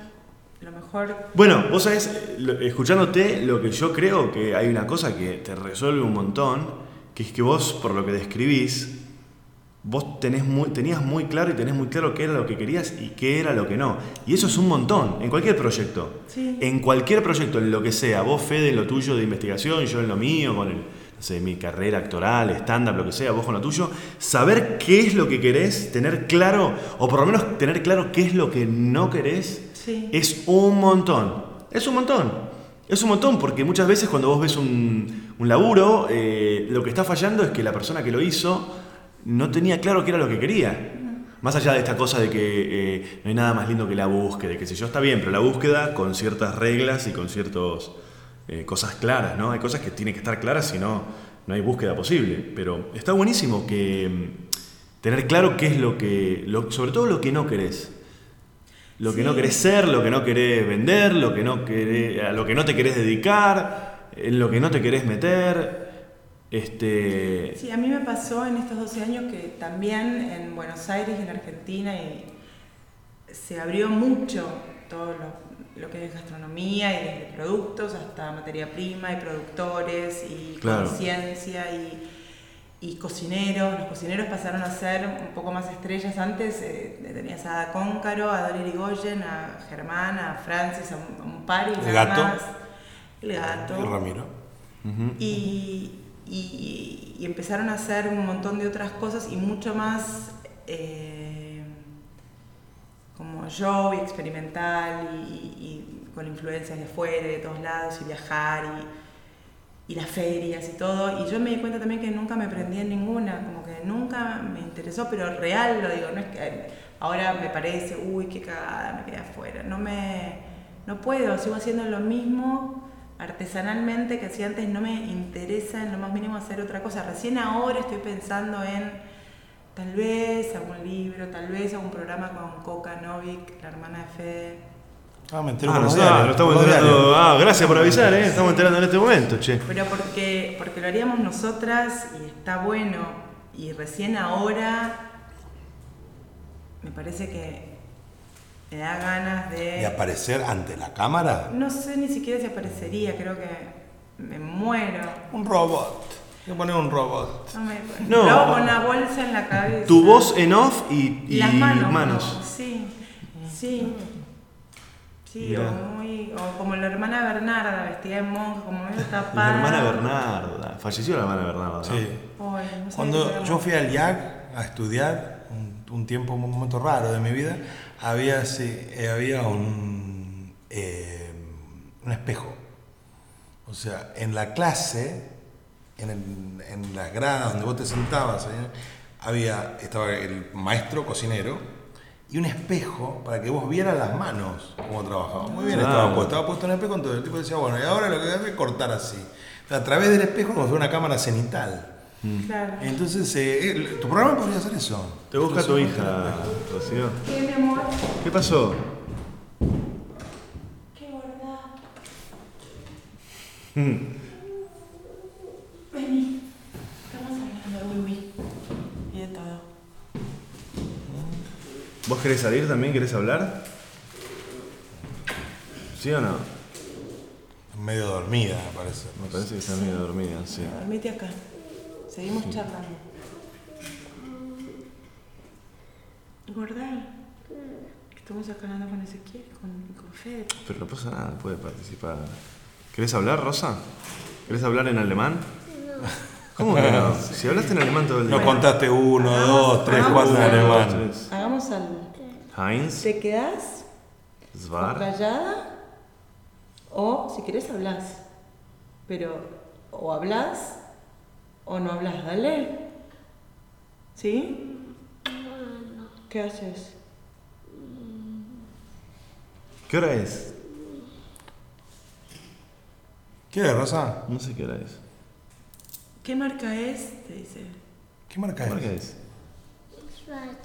Speaker 4: lo mejor
Speaker 3: Bueno, vos sabés, lo- escuchándote, lo que yo creo que hay una cosa que te resuelve un montón, que es que vos, por lo que describís, vos tenés muy, tenías muy claro y tenés muy claro qué era lo que querías y qué era lo que no. Y eso es un montón, en cualquier proyecto.
Speaker 4: Sí.
Speaker 3: En cualquier proyecto, en lo que sea, vos Fede en lo tuyo de investigación, yo en lo mío, con el, no sé, mi carrera actoral, stand-up, lo que sea, vos con lo tuyo, saber qué es lo que querés, tener claro, o por lo menos tener claro qué es lo que no querés,
Speaker 4: Sí.
Speaker 3: es un montón. Es un montón. Es un montón porque muchas veces cuando vos ves un, un laburo, eh, lo que está fallando es que la persona que lo hizo no tenía claro qué era lo que quería. Más allá de esta cosa de que eh, no hay nada más lindo que la búsqueda, y que si yo está bien, pero la búsqueda con ciertas reglas y con ciertas cosas claras, ¿no? Hay cosas que tienen que estar claras, si no, no hay búsqueda posible. Pero está buenísimo que mm, tener claro qué es lo que, lo- sobre todo lo que no querés. Lo que
Speaker 4: Sí.
Speaker 3: no querés ser, lo que no querés vender, lo que no querés, a lo que no te querés dedicar, en lo que no te querés meter. Este,
Speaker 4: Sí, a mí me pasó en estos 12 años que también en Buenos Aires y en Argentina y se abrió mucho todo lo, lo que es gastronomía y desde productos hasta materia prima y productores y
Speaker 3: Claro.
Speaker 4: conciencia y, y cocineros. Los cocineros pasaron a ser un poco más estrellas. Antes eh, tenías a Ada Cóncaro, a Dori Goyen, a Germán, a Francis, a un, a un par y
Speaker 2: El
Speaker 4: nada
Speaker 2: gato.
Speaker 4: más. El gato.
Speaker 2: Y Ramiro.
Speaker 4: Y, y- y empezaron a hacer un montón de otras cosas y mucho más eh, como show y experimental y, y con influencias de afuera, de todos lados y viajar y, y las ferias y todo. Y yo me di cuenta también que nunca me prendí en ninguna, como que nunca me interesó, pero real lo digo, no es que ahora me parece, uy, qué cagada, me quedé afuera. No me, no puedo, sigo haciendo lo mismo artesanalmente que hacía antes, no me interesa en lo más mínimo hacer otra cosa. Recién ahora estoy pensando en tal vez algún libro, tal vez algún programa con Coca Novik, la hermana de Fede.
Speaker 2: Ah, me entero
Speaker 3: Ah,
Speaker 2: por
Speaker 3: no,
Speaker 2: los
Speaker 3: ah,
Speaker 2: diarios,
Speaker 3: lo estamos
Speaker 2: por los diarios.
Speaker 3: enterando. Ah, gracias por avisar, ¿eh? Estamos enterando en este momento, che.
Speaker 4: Pero porque, porque lo haríamos nosotras y está bueno. Y recién ahora me parece que me da ganas
Speaker 2: Y
Speaker 4: de...
Speaker 2: aparecer ante la cámara.
Speaker 4: No sé ni siquiera si aparecería, creo que me muero.
Speaker 2: Un robot. Voy a poner un robot.
Speaker 4: No me...
Speaker 3: No.
Speaker 4: Luego con una bolsa en la cabeza.
Speaker 3: Tu voz en off y,
Speaker 4: Y
Speaker 3: y
Speaker 4: las manos. ¿no? Sí, sí. Sí,
Speaker 3: Mirá.
Speaker 4: o, muy, o como la hermana Bernarda, vestida de monja, como medio tapada.
Speaker 3: La hermana Bernarda. Falleció la hermana Bernarda. ¿no?
Speaker 2: Sí.
Speaker 4: Ay, no sé qué
Speaker 2: Cuando
Speaker 4: era.
Speaker 2: yo fui al IAC a estudiar, un, un tiempo, un momento raro de mi vida, había, sí, eh, había un, eh, un espejo. O sea, en la clase, en, el- en las gradas donde vos te sentabas, ¿eh? había, estaba el maestro cocinero y un espejo para que vos vieras las manos cómo trabajaba. Muy bien,
Speaker 3: Ah.
Speaker 2: estaba puesto, estaba puesto en el espejo, entonces el tipo decía, bueno, y ahora lo que voy a hacer es cortar así. A través del espejo como si fuera una cámara cenital.
Speaker 4: Claro.
Speaker 2: Entonces, eh, el- tu programa podría hacer eso.
Speaker 3: Te busca tu hija, Rocío.
Speaker 4: ¿Qué, mi amor?
Speaker 3: ¿Qué pasó?
Speaker 4: Qué gorda.
Speaker 3: Mm.
Speaker 4: Vení. Estamos hablando de Wiwi. Y de todo.
Speaker 3: ¿Vos querés salir también? ¿Querés hablar? ¿Sí o no?
Speaker 2: Medio dormida, me parece.
Speaker 3: Me parece que está medio dormida, sí.
Speaker 4: Dormite acá. Seguimos charlando. Gorda. Estamos acá hablando con Ezequiel, con, con Fede.
Speaker 3: Pero no pasa nada, puede participar. ¿Querés hablar, Rosa? ¿Querés hablar en alemán? ¿Cómo que no? Si hablaste en alemán todo el día.
Speaker 2: Nos contaste uno,
Speaker 4: Ah,
Speaker 2: dos, tres,
Speaker 4: ah,
Speaker 2: cuatro en
Speaker 4: ah,
Speaker 2: alemán.
Speaker 3: Tres.
Speaker 4: Hagamos algo.
Speaker 3: Heinz,
Speaker 4: ¿Te quedás
Speaker 3: Zvar.
Speaker 4: callada? O si querés hablas. Pero o hablas o no hablas, dale. ¿Sí? ¿Qué haces?
Speaker 3: ¿Qué hora es?
Speaker 2: ¿Qué es, Rosa?
Speaker 3: No sé qué hora es.
Speaker 4: ¿Qué marca es? Te dice.
Speaker 2: ¿Qué marca
Speaker 3: ¿Qué
Speaker 2: es?
Speaker 3: hora es?
Speaker 5: Schwarz.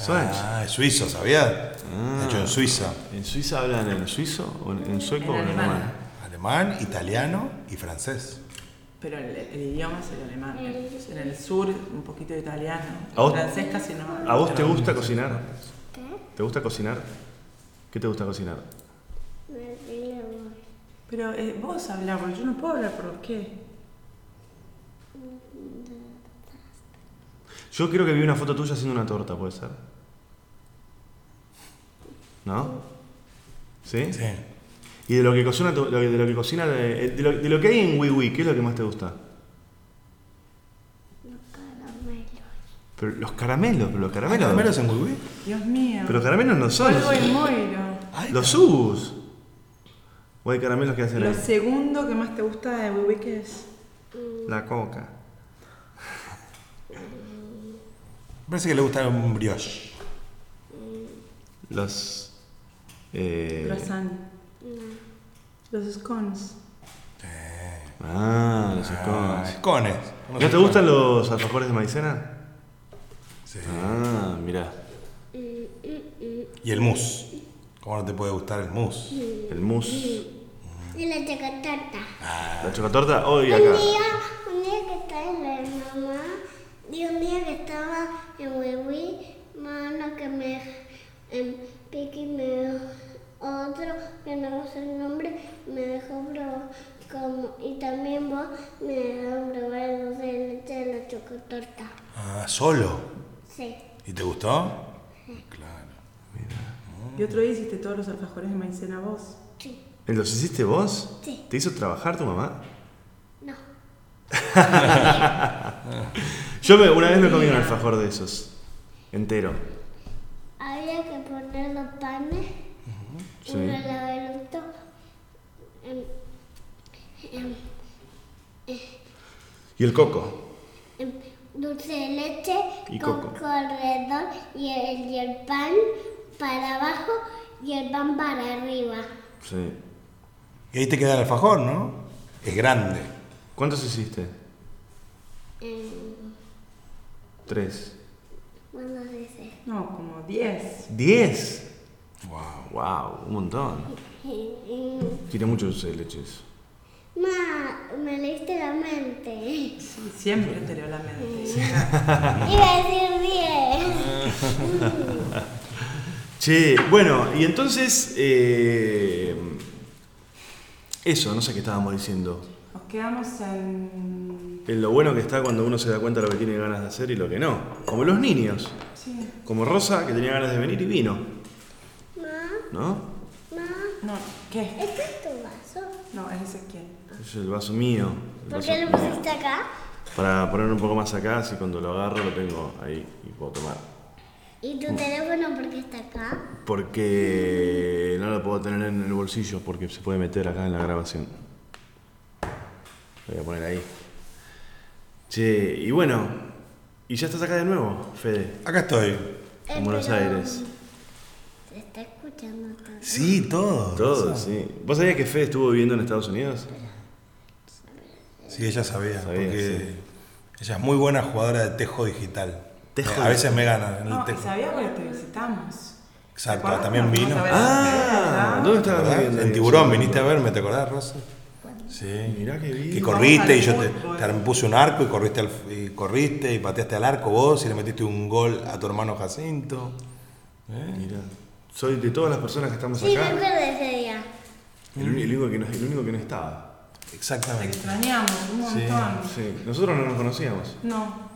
Speaker 3: Schweiz.
Speaker 2: Ah, es suizo, ¿sabías?
Speaker 3: Ah.
Speaker 2: Hecho en Suiza.
Speaker 3: ¿En Suiza hablan en suizo, o en en sueco o en
Speaker 4: En alemán.
Speaker 3: alemán?
Speaker 2: Alemán, italiano y francés.
Speaker 4: Pero el, el idioma es el alemán. En el sur, un poquito de italiano.
Speaker 3: ¿A vos-
Speaker 4: francés casi no. hablan.
Speaker 3: ¿A vos te gusta cocinar?
Speaker 5: ¿Qué?
Speaker 3: ¿Te gusta cocinar? ¿Qué te gusta cocinar?
Speaker 5: Me río.
Speaker 4: Pero eh, vos hablás, porque yo no puedo hablar por vos. ¿Qué?
Speaker 3: Yo creo que vi una foto tuya haciendo una torta, ¿puede ser? ¿No? ¿Sí?
Speaker 2: Sí.
Speaker 3: ¿Y de lo que cocina, tu- lo que- de lo que, cocina de, eh, de lo, de lo que hay en WiWi, qué es lo que más te gusta?
Speaker 5: Los caramelos.
Speaker 3: Pero los caramelos, pero los caramelos.
Speaker 2: ¿Caramelos en Wiwi?
Speaker 4: Dios mío.
Speaker 3: Pero caramelos no son.
Speaker 4: Vuelvo y
Speaker 3: Los,
Speaker 4: muero.
Speaker 3: los subus. ¿O hay caramelos que hacen
Speaker 4: Lo
Speaker 3: ahí?
Speaker 4: segundo que más te gusta de Wiwi que es.
Speaker 3: La coca.
Speaker 2: Parece que le gusta un brioche.
Speaker 3: Los. Eh,
Speaker 4: Croissant. Los scones.
Speaker 3: Ah, los
Speaker 2: Ah,
Speaker 3: scones.
Speaker 2: escones.
Speaker 3: ¿No te gustan los alfajores de maicena?
Speaker 2: Sí.
Speaker 3: Ah, mirá.
Speaker 2: Y el mousse. ¿Cómo no te puede gustar el mousse?
Speaker 3: El mousse.
Speaker 5: Y la chocotorta.
Speaker 3: La chocatorta hoy
Speaker 5: Un
Speaker 3: acá.
Speaker 5: día, un día que estaba en la de mamá, y un día que estaba en Wiwi, mano que me em, Piqui me dejó otro, que no sé el nombre, me dejó probar como, y también vos me dejaron probar el dulce de leche de la chocotorta.
Speaker 2: Ah, solo.
Speaker 5: Sí.
Speaker 2: ¿Y te gustó? Claro.
Speaker 4: Y otro día hiciste todos los alfajores de maicena vos.
Speaker 3: ¿Los hiciste vos?
Speaker 5: Sí.
Speaker 3: ¿Te hizo trabajar tu mamá?
Speaker 5: No.
Speaker 3: Yo me- una vez me comí un alfajor de esos. Entero.
Speaker 5: Había que poner los panes,
Speaker 3: Sí.
Speaker 5: uno al lado del otro. em, em,
Speaker 3: Y el coco.
Speaker 5: em, dulce de leche
Speaker 3: Y
Speaker 5: con
Speaker 3: coco.
Speaker 5: alrededor y el, y el pan para abajo y el pan para arriba.
Speaker 3: Sí.
Speaker 2: Y ahí te queda el alfajor, ¿no? Es grande.
Speaker 3: ¿Cuántos hiciste?
Speaker 5: Em,
Speaker 3: Tres.
Speaker 5: ¿Cuándo se dice?
Speaker 4: No, como 10.
Speaker 3: ¿Diez?
Speaker 2: Wow.
Speaker 3: Wow, un montón.
Speaker 5: Em,
Speaker 3: Tiene mucho dulce de leche eso.
Speaker 5: Ma, me leíste la mente.
Speaker 4: Sí, siempre te leo la mente.
Speaker 5: Iba a decir bien.
Speaker 3: Che, bueno, y entonces. eh, eso, no sé qué estábamos diciendo.
Speaker 4: Nos quedamos en.
Speaker 3: En lo bueno que está cuando uno se da cuenta de lo que tiene ganas de hacer y lo que no. Como los niños.
Speaker 4: Sí.
Speaker 3: Como Rosa, que tenía ganas de venir y vino,
Speaker 5: Ma,
Speaker 3: ¿no?
Speaker 5: ma,
Speaker 4: No, ¿qué?
Speaker 5: ¿este es tu vaso?
Speaker 4: No, es ese quién.
Speaker 3: Es el vaso mío. el
Speaker 5: ¿Por
Speaker 3: vaso
Speaker 5: qué lo
Speaker 3: mío.
Speaker 5: pusiste acá?
Speaker 3: Para ponerlo un poco más acá, así cuando lo agarro lo tengo ahí y puedo tomar.
Speaker 5: ¿Y tu teléfono por qué está acá?
Speaker 3: Porque no lo puedo tener en el bolsillo porque se puede meter acá en la grabación. Lo voy a poner ahí. Che, y bueno, y ya estás acá de nuevo, Fede,
Speaker 2: Acá estoy.
Speaker 5: Eh,
Speaker 3: en Buenos
Speaker 5: pero,
Speaker 3: Aires.
Speaker 5: Se está escuchando todo.
Speaker 2: Sí, todo.
Speaker 3: Todo, sí. ¿Vos sabías que Fede estuvo viviendo en Estados Unidos?
Speaker 2: Sí, ella sabía.
Speaker 3: Sabía,
Speaker 2: porque
Speaker 3: sí.
Speaker 2: ella es muy buena jugadora de tejo digital.
Speaker 3: Tejo
Speaker 2: Eh, a veces me gana en el
Speaker 4: No, y
Speaker 2: tejo.
Speaker 4: sabía que te visitamos.
Speaker 2: Exacto,
Speaker 4: ¿Te acuerdas
Speaker 2: también
Speaker 4: cuando
Speaker 2: vino.
Speaker 4: fuimos a ver
Speaker 3: Ah,
Speaker 4: a
Speaker 3: ¿dónde
Speaker 4: Fede,
Speaker 3: estabas
Speaker 2: ¿Verdad?
Speaker 3: viviendo?
Speaker 2: En Tiburón viniste a verme, ¿te acordás, Rosa? Sí.
Speaker 3: Mirá qué
Speaker 2: Que
Speaker 3: bien.
Speaker 2: corriste y yo te,
Speaker 4: Vamos al
Speaker 2: te
Speaker 4: fútbol.
Speaker 2: puse un arco y corriste, al- y corriste y pateaste al arco vos y le metiste un gol a tu hermano Jacinto. ¿Eh?
Speaker 3: Mirá. Soy de todas las personas que estamos
Speaker 5: Sí, me
Speaker 3: acá,
Speaker 5: acuerdo de ese día.
Speaker 3: el, uni- el único que no, el único que no estaba.
Speaker 4: Te
Speaker 2: Exactamente.
Speaker 4: extrañamos un
Speaker 2: Sí,
Speaker 4: montón.
Speaker 3: Sí, nosotros no nos conocíamos.
Speaker 4: No,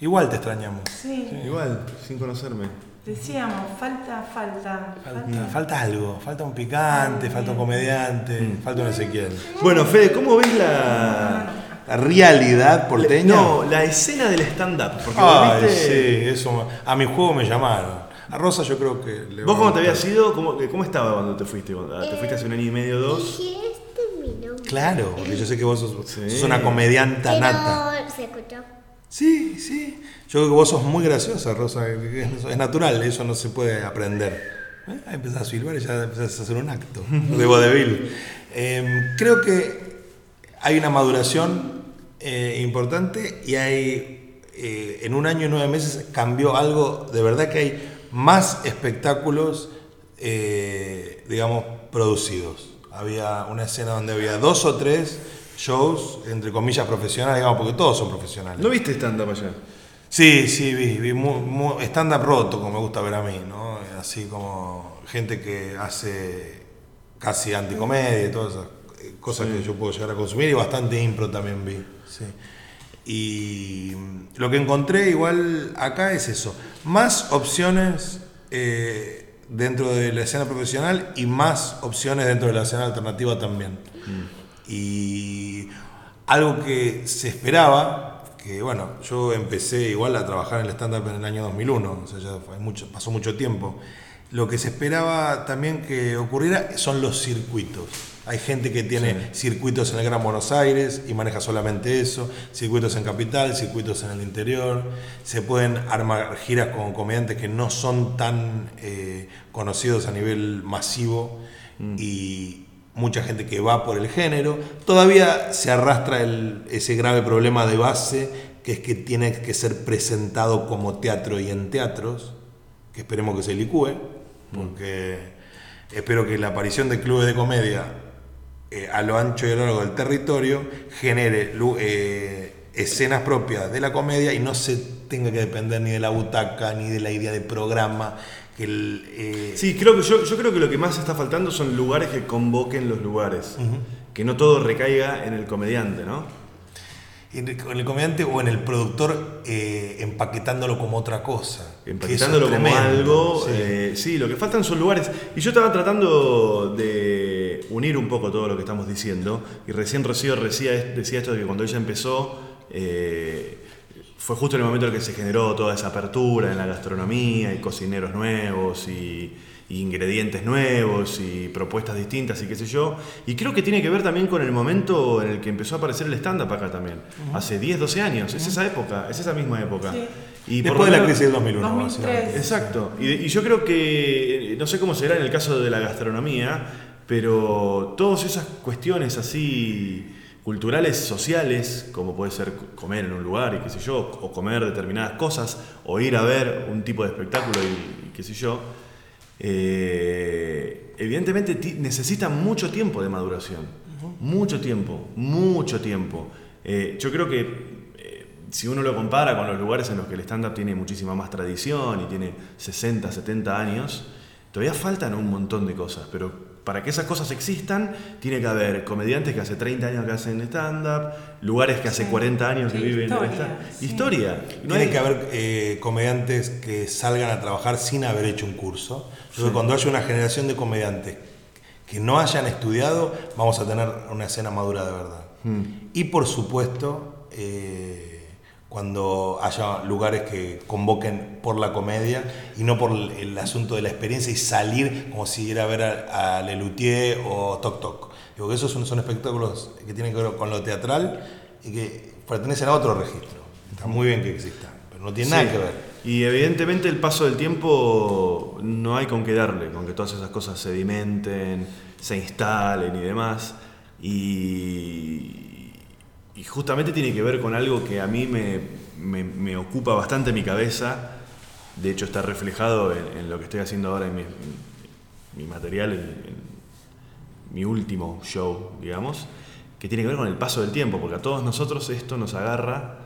Speaker 2: Igual te extrañamos.
Speaker 4: sí.
Speaker 3: Igual, sin conocerme.
Speaker 4: Decíamos, falta, falta,
Speaker 2: Falta,
Speaker 4: falta.
Speaker 3: Mm.
Speaker 2: falta algo, falta un picante, falta un comediante,
Speaker 3: Mm.
Speaker 2: falta un Ezequiel.
Speaker 3: Bueno, Fede, ¿cómo ves la,
Speaker 2: La realidad porteña.
Speaker 3: No, la escena del stand-up. Porque
Speaker 2: Ay,
Speaker 3: volviste-
Speaker 2: sí, eso. me- A mi juego me llamaron. A Rosa yo creo que le va
Speaker 3: ¿Vos
Speaker 2: a
Speaker 3: cómo te
Speaker 2: gustar.
Speaker 3: habías ido? ¿Cómo, cómo estaba cuando te fuiste? ¿Te fuiste hace un año y medio, dos?
Speaker 5: Dije, este es mi nombre.
Speaker 2: Claro, porque yo sé que vos sos,
Speaker 3: Sí.
Speaker 2: sos una comediante
Speaker 5: Pero
Speaker 2: nata.
Speaker 5: se escuchó.
Speaker 2: Sí, sí. Yo creo que vos sos muy graciosa, Rosa. Es es natural, eso no se puede aprender. ¿Eh? Ahí empezás a silbar y ya empezás a hacer un acto de vodevil. Em, creo que hay una maduración eh, importante y hay, eh, en un año y nueve meses cambió algo. De verdad que hay más espectáculos, eh, digamos, producidos. Había una escena donde había dos o tres shows, entre comillas, profesionales, digamos, porque todos son profesionales.
Speaker 3: ¿No viste stand-up allá?
Speaker 2: Sí, sí, vi, vi mu- mu- stand-up roto, como me gusta ver a mí, ¿no? Así como gente que hace casi anticomedia y todas esas eh, cosas que yo puedo llegar a consumir y bastante impro también vi, sí. Y mm, lo que encontré igual acá es eso, más opciones eh, dentro de la escena profesional y más opciones dentro de la escena alternativa también. Y algo que se esperaba, que bueno, yo empecé igual a trabajar en el stand-up en el año 2001, o sea, ya fue mucho, pasó mucho tiempo. Lo que se esperaba también que ocurriera son los circuitos. Hay gente que tiene circuitos en el Gran Buenos Aires y maneja solamente eso, circuitos en Capital, circuitos en el interior, se pueden armar giras con comediantes que no son tan eh, conocidos a nivel masivo y, mucha gente que va por el género. Todavía se arrastra el- ese grave problema de base, que es que tiene que ser presentado como teatro y en teatros, que esperemos que se licúe, porque Espero que la aparición de clubes de comedia eh, a lo ancho y a lo largo del territorio genere lu- eh, escenas propias de la comedia y no se tenga que depender ni de la butaca, ni de la idea de programa. Que el, eh,
Speaker 3: Sí, creo que yo, yo creo que lo que más está faltando son lugares que convoquen los lugares. Que no todo recaiga en el comediante, ¿no?
Speaker 2: En el, en el comediante o en el productor eh, empaquetándolo como otra cosa. Que eso es
Speaker 3: Empaquetándolo como
Speaker 2: tremendo,
Speaker 3: algo.
Speaker 2: sí.
Speaker 3: eh, Sí. lo que faltan son lugares. Y yo estaba tratando de unir un poco todo lo que estamos diciendo. Y recién Rocío decía, decía esto de que cuando ella empezó, eh, fue justo en el momento en el que se generó toda esa apertura en la gastronomía y cocineros nuevos y, y ingredientes nuevos y propuestas distintas y qué sé yo. Y creo que tiene que ver también con el momento en el que empezó a aparecer el stand-up acá también. Hace 10, 12 años. Es esa época, es esa misma época.
Speaker 4: Sí.
Speaker 3: Y por lo
Speaker 2: Después de la
Speaker 3: menos-
Speaker 2: crisis del 2001.
Speaker 4: 2003.
Speaker 2: básicamente.
Speaker 3: Exacto. Y, y yo creo que, eh, no sé cómo será en el caso de la gastronomía, pero todas esas cuestiones así culturales, sociales, como puede ser c- comer en un lugar y qué sé yo, o comer determinadas cosas, o ir a ver un tipo de espectáculo y, y qué sé yo, eh, evidentemente ti- necesitan mucho tiempo de maduración. Mucho tiempo, mucho tiempo. Eh, yo creo que eh, si uno lo compara con los lugares en los que el stand-up tiene muchísima más tradición y tiene 60, 70 años, todavía faltan un montón de cosas, pero para que esas cosas existan, tiene que haber comediantes que hace 30 años que hacen stand-up, lugares que hace
Speaker 4: Sí.
Speaker 3: 40 años que
Speaker 4: Sí,
Speaker 3: viven
Speaker 4: historia,
Speaker 3: stand-up.
Speaker 4: sí.
Speaker 3: Historia. No
Speaker 2: Tiene
Speaker 3: hay-
Speaker 2: que haber eh, comediantes que salgan a trabajar sin haber hecho un curso. Yo creo que cuando haya una generación de comediantes que no hayan estudiado, vamos a tener una escena madura de verdad.
Speaker 3: Hmm.
Speaker 2: Y por supuesto, eh, cuando haya lugares que convoquen por la comedia y no por el, el asunto de la experiencia y salir como si era a ver a, a Lelutier o Toc Toc. Digo que esos son, son espectáculos que tienen que ver con lo teatral y que pertenecen a otro registro. Está muy bien que existan, pero no tiene nada
Speaker 3: Sí.
Speaker 2: que ver.
Speaker 3: Y evidentemente el paso del tiempo no hay con qué darle, con que todas esas cosas sedimenten, se instalen y demás. Y, y justamente tiene que ver con algo que a mí me, me- me ocupa bastante mi cabeza. De hecho está reflejado en, en lo que estoy haciendo ahora en mi, en mi material, en- en, mi último show, digamos, que tiene que ver con el paso del tiempo, porque a todos nosotros esto nos agarra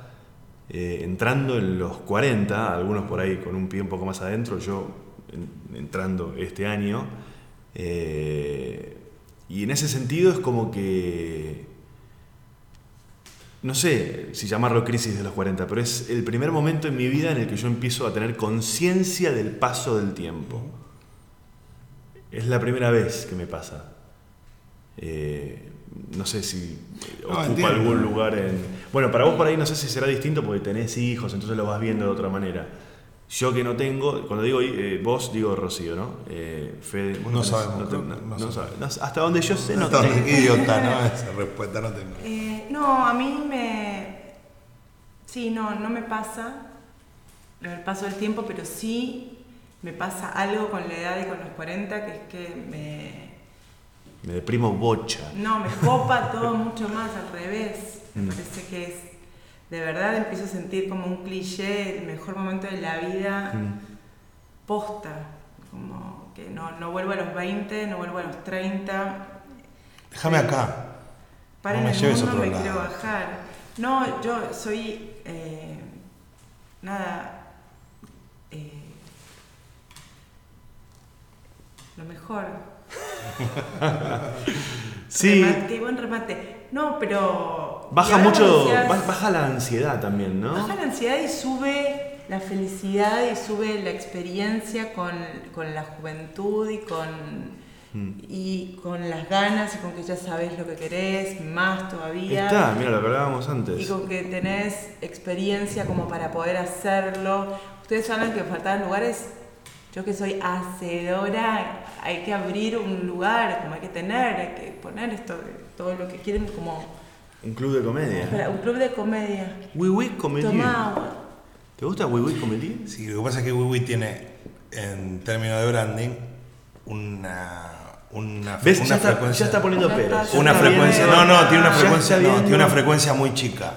Speaker 3: eh, entrando en los 40, algunos por ahí con un pie un poco más adentro, yo en- entrando este año, eh, y en ese sentido es como que, no sé si llamarlo crisis de los 40, pero es el primer momento en mi vida en el que yo empiezo a tener conciencia del paso del tiempo. Es la primera vez que me pasa. Eh, no sé si
Speaker 6: No,
Speaker 3: ocupa
Speaker 6: entiendo.
Speaker 3: algún lugar en. Bueno, para vos por ahí no sé si será distinto porque tenés hijos, entonces lo vas viendo de otra manera. Yo que no tengo, cuando digo eh, vos, digo Rocío, ¿no? Eh, Fede, vos
Speaker 2: No
Speaker 3: tenés-
Speaker 2: sabemos,
Speaker 3: no te-
Speaker 2: creo que
Speaker 3: no-
Speaker 2: no
Speaker 3: no
Speaker 2: sabemos.
Speaker 3: sabes. No- hasta donde yo sé, no
Speaker 2: No,
Speaker 3: tengo.
Speaker 2: qué idiota, ¿no? Esa respuesta no tengo.
Speaker 4: Eh, no, a mí me. Sí, no, no me pasa lo del paso del tiempo, pero sí me pasa algo con la edad y con los 40, que es que me.
Speaker 3: Me deprimo bocha.
Speaker 4: No, me copa todo mucho más al revés. Me parece que es. De verdad empiezo a sentir como un cliché el mejor momento de la vida posta. Como que no, no vuelvo a los 20, no vuelvo a los 30.
Speaker 2: Déjame acá.
Speaker 4: Para
Speaker 2: No me
Speaker 4: en el
Speaker 2: lleves a
Speaker 4: mundo
Speaker 2: otro
Speaker 4: me
Speaker 2: lado.
Speaker 4: quiero bajar. No, yo soy. eh, nada. eh, lo mejor.
Speaker 3: Sí,
Speaker 4: Remate, buen remate. No, pero. y
Speaker 3: baja
Speaker 4: ahora
Speaker 3: mucho,
Speaker 4: decías-
Speaker 3: ba- baja la ansiedad también, ¿no?
Speaker 4: Baja la ansiedad y sube la felicidad y sube la experiencia con, con la juventud y con,
Speaker 3: Mm.
Speaker 4: y con las ganas y con que ya sabes lo que querés, más todavía.
Speaker 3: Está, mira lo que hablábamos antes.
Speaker 4: Y con que tenés experiencia como para poder hacerlo. Ustedes saben que faltaban lugares. Yo que soy hacedora, hay que abrir un lugar, como hay que tener, hay que poner esto, todo lo que quieren como
Speaker 3: Un club de comedia.
Speaker 4: para un club de comedia.
Speaker 3: Wiwi Comedy.
Speaker 4: Toma agua.
Speaker 3: ¿Te gusta Wiwi Comedy?
Speaker 2: Sí, lo que pasa es que Wiwi tiene, en términos de branding, una, una,
Speaker 3: ¿Ves?
Speaker 2: una
Speaker 3: ya, está, ya está poniendo
Speaker 4: Ya
Speaker 3: peros.
Speaker 4: está, ya
Speaker 2: una
Speaker 4: está
Speaker 2: frecuencia,
Speaker 4: viendo.
Speaker 2: no, no, tiene una
Speaker 4: Ya
Speaker 2: frecuencia,
Speaker 3: está
Speaker 2: no, tiene una
Speaker 3: viendo.
Speaker 2: frecuencia muy chica.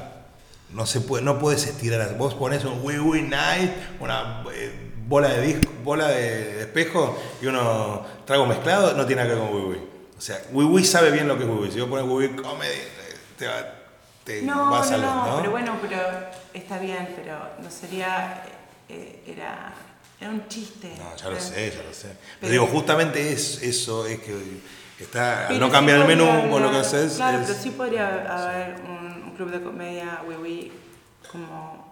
Speaker 2: No se puede, no puedes estirar. Vos pones un wee wee night, una eh, bola de disco, bola de, de espejo y uno trago mezclado, no tiene nada que ver con Wiwi. O sea, Wiwi sabe bien lo que es Wiwi. Si vos pones Wiwi comedy, te, va, te
Speaker 4: No,
Speaker 2: Eh, vas
Speaker 4: no,
Speaker 2: a los,
Speaker 4: no,
Speaker 2: ¿no?
Speaker 4: pero bueno, pero está bien, pero no sería. eh, era, era un chiste.
Speaker 2: No, ya lo
Speaker 4: Era-
Speaker 2: sé, ya lo sé. Pero,
Speaker 4: Pero-
Speaker 2: digo, justamente es, eso es que está, al
Speaker 4: Pero
Speaker 2: Ah, no cambiar
Speaker 4: sí
Speaker 2: el menú,
Speaker 4: podría
Speaker 2: vos lo que
Speaker 4: haber-
Speaker 2: haces
Speaker 4: Claro,
Speaker 2: es-
Speaker 4: pero sí podría haber un, un club de comedia wiwi como.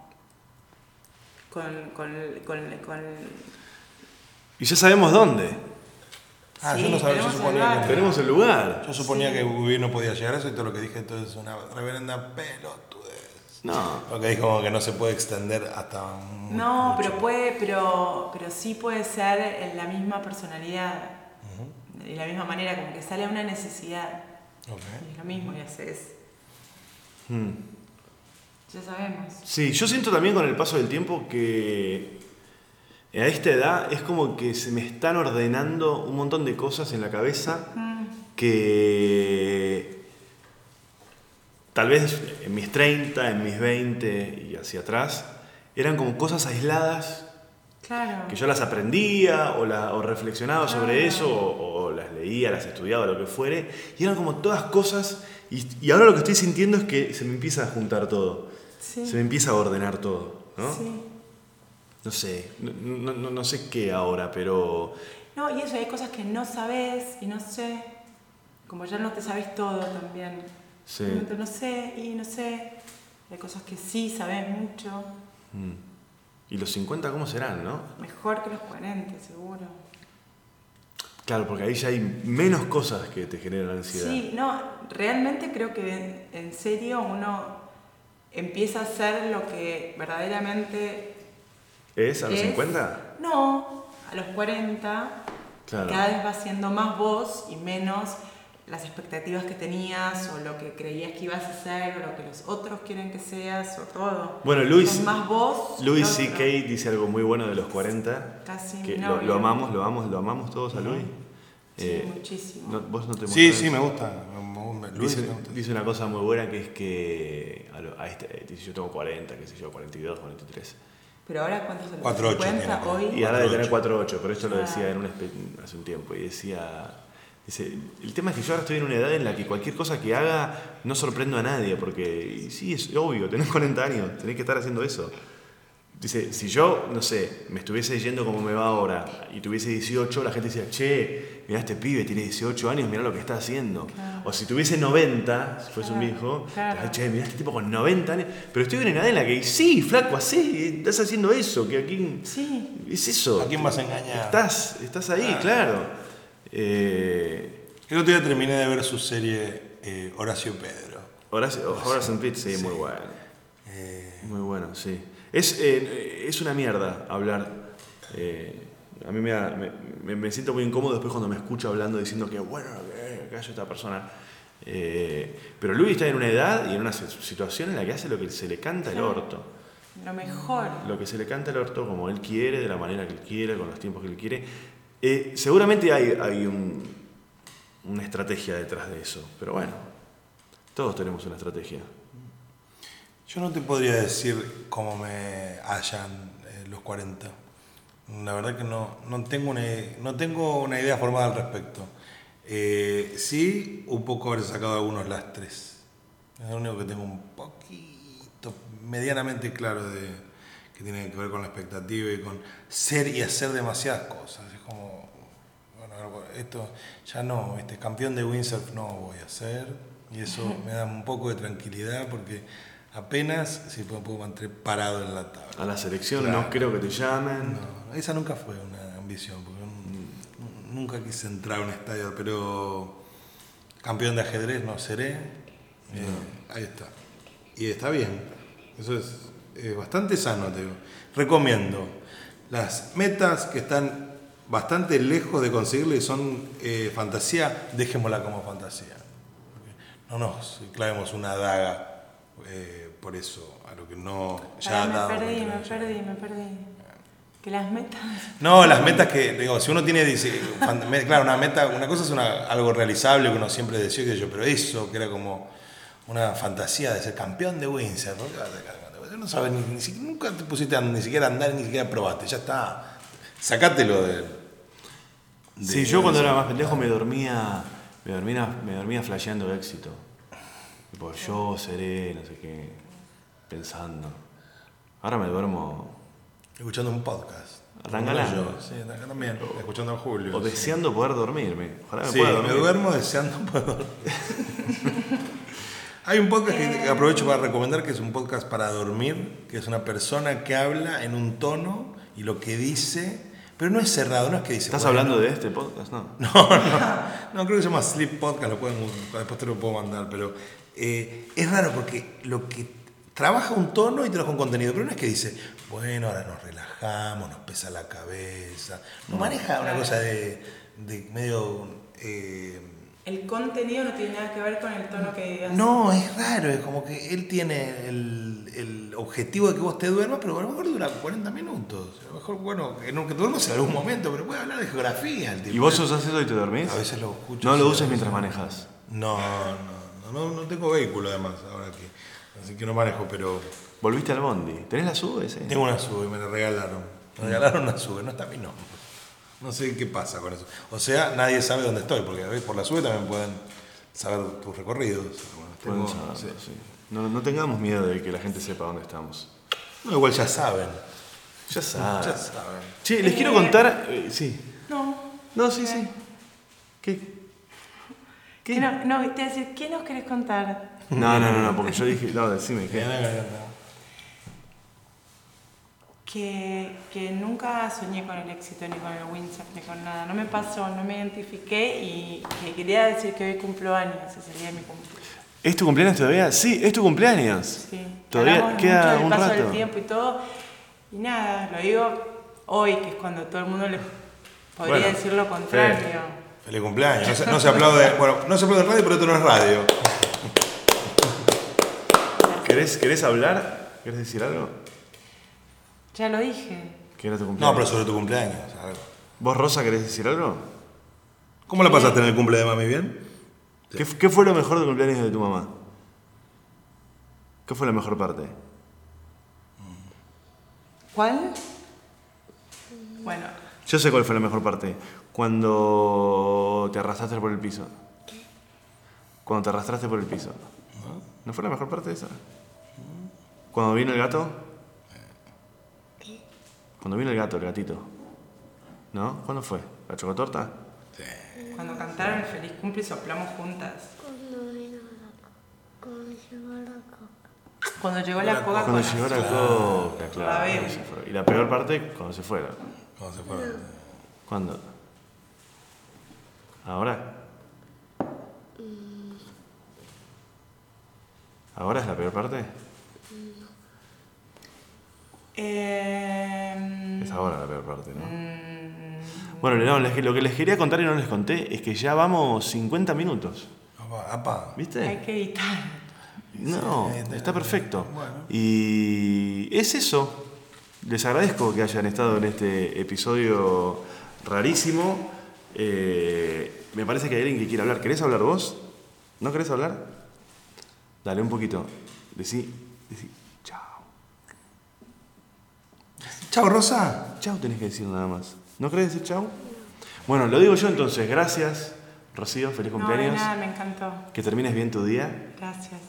Speaker 4: con. con. con. con
Speaker 3: Y ya sabemos dónde.
Speaker 2: Ah,
Speaker 4: Sí,
Speaker 2: yo no sabía, yo
Speaker 4: tenemos el
Speaker 2: suponía
Speaker 4: bar.
Speaker 2: que...
Speaker 3: Tenemos el lugar.
Speaker 2: Yo suponía que Bubi no podía llegar a eso y todo lo que dije entonces es una reverenda pelotudez.
Speaker 3: No.
Speaker 2: Porque dijo como que no se puede extender hasta un...
Speaker 4: No, pero puede, pero, pero sí puede ser en la misma personalidad, de la misma manera, como que sale una necesidad.
Speaker 2: Ok.
Speaker 4: Y es lo mismo que haces.
Speaker 3: Hmm.
Speaker 4: Ya sabemos.
Speaker 3: Sí, yo siento también con el paso del tiempo que eh, a esta edad es como que se me están ordenando un montón de cosas en la cabeza que tal vez en mis 30, en mis 20 y hacia atrás eran como cosas aisladas
Speaker 4: Claro.
Speaker 3: que yo las aprendía o, la- o reflexionaba sobre
Speaker 4: Ah.
Speaker 3: eso o, o las leía, las estudiaba, lo que fuere, y eran como todas cosas y, y ahora lo que estoy sintiendo es que se me empieza a juntar todo,
Speaker 4: Sí.
Speaker 3: se me empieza a ordenar todo, ¿no?
Speaker 4: Sí.
Speaker 3: No sé, no, no- no- no sé qué ahora, pero
Speaker 4: No, y eso, hay cosas que no sabes y no sé. Como ya no te sabes todo también.
Speaker 3: Sí.
Speaker 4: Como que No sé y no sé. Hay cosas que sí sabes mucho.
Speaker 3: mm. ¿Y los 50 cómo serán, no?
Speaker 4: Mejor que los 40, seguro.
Speaker 3: Claro, porque ahí ya hay menos cosas que te generan ansiedad.
Speaker 4: Sí, no, realmente creo que en serio uno empieza a hacer lo que verdaderamente
Speaker 3: ¿Es a los
Speaker 4: es.
Speaker 3: 50?
Speaker 4: No, a los 40
Speaker 3: Claro.
Speaker 4: cada vez vas siendo más vos y menos las expectativas que tenías o lo que creías que ibas a hacer o lo que los otros quieren que seas o todo.
Speaker 3: Bueno, Luis-
Speaker 4: Sos más vos.
Speaker 3: Louis
Speaker 4: el otro.
Speaker 3: C.K. dice algo muy bueno de los 40.
Speaker 4: Casi
Speaker 3: que
Speaker 4: mi
Speaker 3: lo,
Speaker 4: novio.
Speaker 3: lo amamos, lo amamos, lo amamos todos a Louis.
Speaker 4: Sí, muchísimo.
Speaker 3: eh, no- vos no te
Speaker 2: Sí,
Speaker 3: mostrás.
Speaker 2: sí, me gusta. Me- me- Luis,
Speaker 3: dice,
Speaker 2: me gusta.
Speaker 3: dice una cosa muy buena que es que a lo- a este- dice, yo tengo 40, qué sé yo, 42, 43.
Speaker 4: Pero ahora cuántos de los
Speaker 2: Cuatro ocho
Speaker 4: 50
Speaker 2: tiene,
Speaker 4: hoy.
Speaker 3: Y ahora de tener 4.8, pero esto lo
Speaker 4: Ah.
Speaker 3: decía en un espe- hace un tiempo. Y decía, dice, el tema es que yo ahora estoy en una edad en la que cualquier cosa que haga no sorprendo a nadie, porque y sí, es obvio, tenés 40 años, tenés que estar haciendo eso. Dice, si yo, no sé, me estuviese yendo como me va ahora y tuviese 18, la gente decía, che, mirá este pibe, tiene 18 años, mirá lo que está haciendo. O si tuviese 90, si fuese un
Speaker 4: Claro,
Speaker 3: viejo,
Speaker 4: claro.
Speaker 3: che, mirá este tipo con 90 años. Pero estoy en una edad en la que, sí, flaco, así, estás haciendo eso, que aquí...
Speaker 4: Sí.
Speaker 3: Es eso.
Speaker 2: ¿A quién vas a engañar?
Speaker 3: Estás, estás ahí,
Speaker 2: Ah.
Speaker 3: claro. Eh,
Speaker 2: El otro día terminé de ver su serie eh, Horacio Pedro.
Speaker 3: Horace, Horace and Pete, oh, sí, muy bueno.
Speaker 2: Eh,
Speaker 3: Muy bueno, sí. Es, eh, es una mierda hablar. eh, a mí me, da- me- me- me siento muy incómodo después cuando me escucho hablando diciendo que, bueno, eh, callo esta persona. Eh, pero Luis está en una edad y en una situación en la que hace lo que se le canta el
Speaker 4: Claro.
Speaker 3: orto.
Speaker 4: Lo mejor.
Speaker 3: lo que se le canta al orto como él quiere, de la manera que él quiere, con los tiempos que él quiere. Eh, seguramente hay, hay un- una estrategia detrás de eso, pero bueno, todos tenemos una estrategia.
Speaker 2: yo no te podría decir cómo me hallan eh, los 40. La verdad que no, no, tengo, una, no tengo una idea formada al respecto. Eh, sí, un poco haber sacado algunos lastres. Es lo único que tengo un poquito, medianamente claro de que tiene que ver con la expectativa y con ser y hacer demasiadas cosas. Es como, bueno, esto ya no, este campeón de windsurf no voy a ser. Y eso me da un poco de tranquilidad porque apenas si puedo, puedo mantener parado en la tabla.
Speaker 3: A la selección no
Speaker 2: Claro.
Speaker 3: creo que te llamen.
Speaker 2: No, esa nunca fue una ambición, porque nun- nunca quise entrar a un estadio, pero campeón de ajedrez no seré. Eh, ahí está. Y está bien. Eso es eh, bastante sano, te digo. Recomiendo las metas que están bastante lejos de conseguirlo y son eh, fantasía, dejémosla como fantasía. No nos clavemos una daga eh, por eso, a lo que no...
Speaker 4: Pará,
Speaker 2: ha dado
Speaker 4: me perdí,
Speaker 2: vuelta
Speaker 4: me
Speaker 2: la llave.
Speaker 4: perdí, me perdí. Que las metas.
Speaker 2: No, las metas que, digo, si uno tiene, dice, cuando- me- claro, una meta, una cosa es una- algo realizable que uno siempre deseó, que yo, pero eso, que era como una fantasía de ser campeón de Windsor, ¿por qué vas a ser campeón de Windsor? No sabes, ni, ni si- nunca te pusiste a, ni siquiera a andar, ni siquiera probaste, ya está, Sacátelo de. de-
Speaker 3: Sí, yo cuando era más pendejo me dormía, me dormía, me dormía flasheando éxito. Tipo, yo seré, no sé qué, pensando. Ahora me duermo
Speaker 2: Escuchando un podcast.
Speaker 3: Arrancala.
Speaker 2: Yo, sí, acá también. Escuchando a Julio.
Speaker 3: o
Speaker 2: sí.
Speaker 3: deseando poder dormirme. Ojalá me
Speaker 2: Sí,
Speaker 3: pueda
Speaker 2: me
Speaker 3: dormir.
Speaker 2: duermo deseando poder. Hay un podcast que aprovecho para recomendar que es un podcast para dormir, que es una persona que habla en un tono y lo que dice, pero no es cerrado, no es que dice.
Speaker 3: ¿Estás
Speaker 2: bueno,
Speaker 3: hablando de este podcast? No.
Speaker 2: No, no, no, creo que se llama Sleep Podcast, lo pueden, después te lo puedo mandar, pero eh, es raro porque lo que trabaja un tono y trabaja un contenido, pero no es que dice, bueno, ahora nos relajamos, nos pesa la cabeza, no maneja una cosa de, de medio... eh,
Speaker 4: El contenido no tiene nada que ver con el tono que digas.
Speaker 2: no, es raro, es como que él tiene el, el objetivo de que vos te duermas, pero a lo mejor dura 40 minutos. A lo mejor, bueno, en un que te duermas en algún momento, pero puede hablar de geografía el tipo.
Speaker 3: ¿Y vos usás eso y te dormís?
Speaker 2: A veces lo escucho.
Speaker 3: No lo
Speaker 2: sí,
Speaker 3: uses
Speaker 2: a veces.
Speaker 3: mientras manejas.
Speaker 2: No, no, no, no, no tengo vehículo además ahora aquí. Así que no manejo, pero
Speaker 3: Volviste al bondi. ¿Tenés eh. la sube ese?
Speaker 2: tengo una sube, me la regalaron. Me regalaron una sube, no está mi nombre. No sé qué pasa con eso. O sea, nadie sabe dónde estoy, porque a veces por la sube también pueden saber tus recorridos. Bueno,
Speaker 3: Pueden
Speaker 2: tengo-
Speaker 3: saberlo,
Speaker 2: sí.
Speaker 3: sí. No, no tengamos miedo de que la gente sepa dónde estamos.
Speaker 2: No, igual ya saben.
Speaker 3: Ya sabes.
Speaker 2: Ya saben.
Speaker 3: Che, les quiero
Speaker 4: Eh.
Speaker 3: contar. eh, sí.
Speaker 4: No.
Speaker 3: No, sí, sí. ¿Qué?
Speaker 4: ¿Qué no, no, te iba a decir, ¿qué nos querés contar?
Speaker 3: No, no, no, no, porque yo dije. No, decime. ¿qué?
Speaker 4: Que, que nunca soñé con el éxito, ni con el windsurf, ni con nada. No me pasó, no me identifiqué y que quería decir que hoy cumplo años, ese sería mi cumpleaños.
Speaker 3: ¿Es tu cumpleaños todavía? Sí, es tu cumpleaños.
Speaker 4: Sí.
Speaker 3: Todavía
Speaker 4: Hablamos mucho
Speaker 3: queda
Speaker 4: del
Speaker 3: un
Speaker 4: paso
Speaker 3: rato.
Speaker 4: del tiempo y todo. Y nada, lo digo hoy, que es cuando todo el mundo le podría
Speaker 3: Bueno,
Speaker 4: decir lo contrario.
Speaker 2: Feliz cumpleaños. No se, no se aplaude. Bueno, no se aplaude en radio, pero esto no es radio.
Speaker 3: ¿Querés, ¿Querés hablar? ¿Querés decir algo?
Speaker 4: Ya lo dije.
Speaker 3: Que era tu
Speaker 2: No,
Speaker 3: cumpleaños.
Speaker 2: pero sobre tu cumpleaños. algo.
Speaker 3: ¿Vos, Rosa, querés decir algo?
Speaker 2: ¿Cómo la pasaste en el cumple de mami bien?
Speaker 3: ¿Qué, qué fue lo mejor del cumpleaños de tu mamá? ¿Qué fue la mejor parte?
Speaker 4: ¿Cuál? Bueno,
Speaker 3: Yo sé cuál fue la mejor parte. Cuando te arrastraste por el piso. Cuando te arrastraste por el piso. ¿No fue la mejor parte esa? Cuando vino el gato. Cuando vino el gato, el gatito. ¿No? ¿Cuándo fue? ¿La chocotorta?
Speaker 4: cuando cantaron el feliz cumple soplamos juntas.
Speaker 5: Cuando vino la coca, cuando llegó la coca.
Speaker 4: Cuando llegó la coca
Speaker 3: Cuando
Speaker 4: con-
Speaker 3: llegó la coca,
Speaker 4: La
Speaker 3: claro.
Speaker 4: bebé.
Speaker 3: se fue. Y la peor parte, cuando se fue. la-
Speaker 2: ¿Cómo se fue?
Speaker 3: ¿Cuándo? ¿Ahora? ¿Ahora es la peor parte?
Speaker 4: Eh,
Speaker 3: Es ahora la peor parte, ¿no?
Speaker 4: mm,
Speaker 3: Bueno, no, les- lo que les quería contar y no les conté es que ya vamos 50 minutos.
Speaker 2: Apa, apa.
Speaker 4: hay
Speaker 3: ¿Viste?
Speaker 4: que evitar.
Speaker 3: No,
Speaker 2: Sí, está
Speaker 3: está perfecto.
Speaker 2: bueno.
Speaker 3: Y es eso. Les agradezco que hayan estado en este episodio rarísimo. Eh, me parece que hay alguien que quiere hablar. ¿Querés hablar vos? ¿No querés hablar? Dale un poquito. Decí, decí, chao.
Speaker 2: Chao, Rosa.
Speaker 3: Chao tenés que decir nada más. ¿No querés decir chao? Bueno, lo digo yo entonces. Gracias, Rocío. Feliz
Speaker 4: No, de
Speaker 3: cumpleaños.
Speaker 4: nada, me encantó.
Speaker 3: Que termines bien tu día.
Speaker 4: Gracias.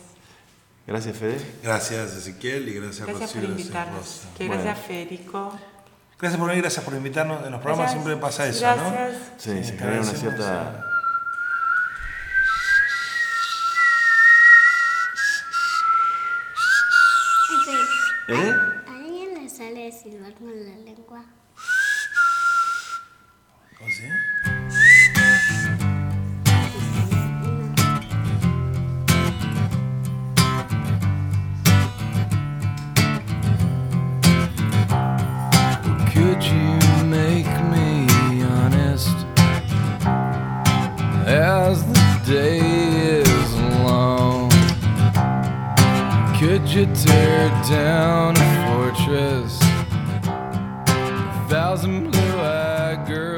Speaker 3: Gracias, Fede.
Speaker 2: Gracias, Ezequiel, y gracias,
Speaker 4: Gracias
Speaker 2: Rocío.
Speaker 4: por
Speaker 2: gracias,
Speaker 4: invitarnos.
Speaker 2: Rosa.
Speaker 4: Que
Speaker 3: Bueno.
Speaker 4: gracias, Federico.
Speaker 2: Gracias por venir, gracias por invitarnos. En los programas
Speaker 4: Gracias.
Speaker 2: siempre pasa eso,
Speaker 4: Gracias.
Speaker 2: ¿no?
Speaker 3: Sí, se
Speaker 2: te
Speaker 3: genera una
Speaker 2: agradecemos.
Speaker 3: cierta. ¿Eh?
Speaker 5: ¿A alguien le sale silbar con la lengua?
Speaker 2: ¿Oh, sí?
Speaker 1: Could you make me honest? As the day is long, could you tear down a fortress? A thousand blue eyed girls.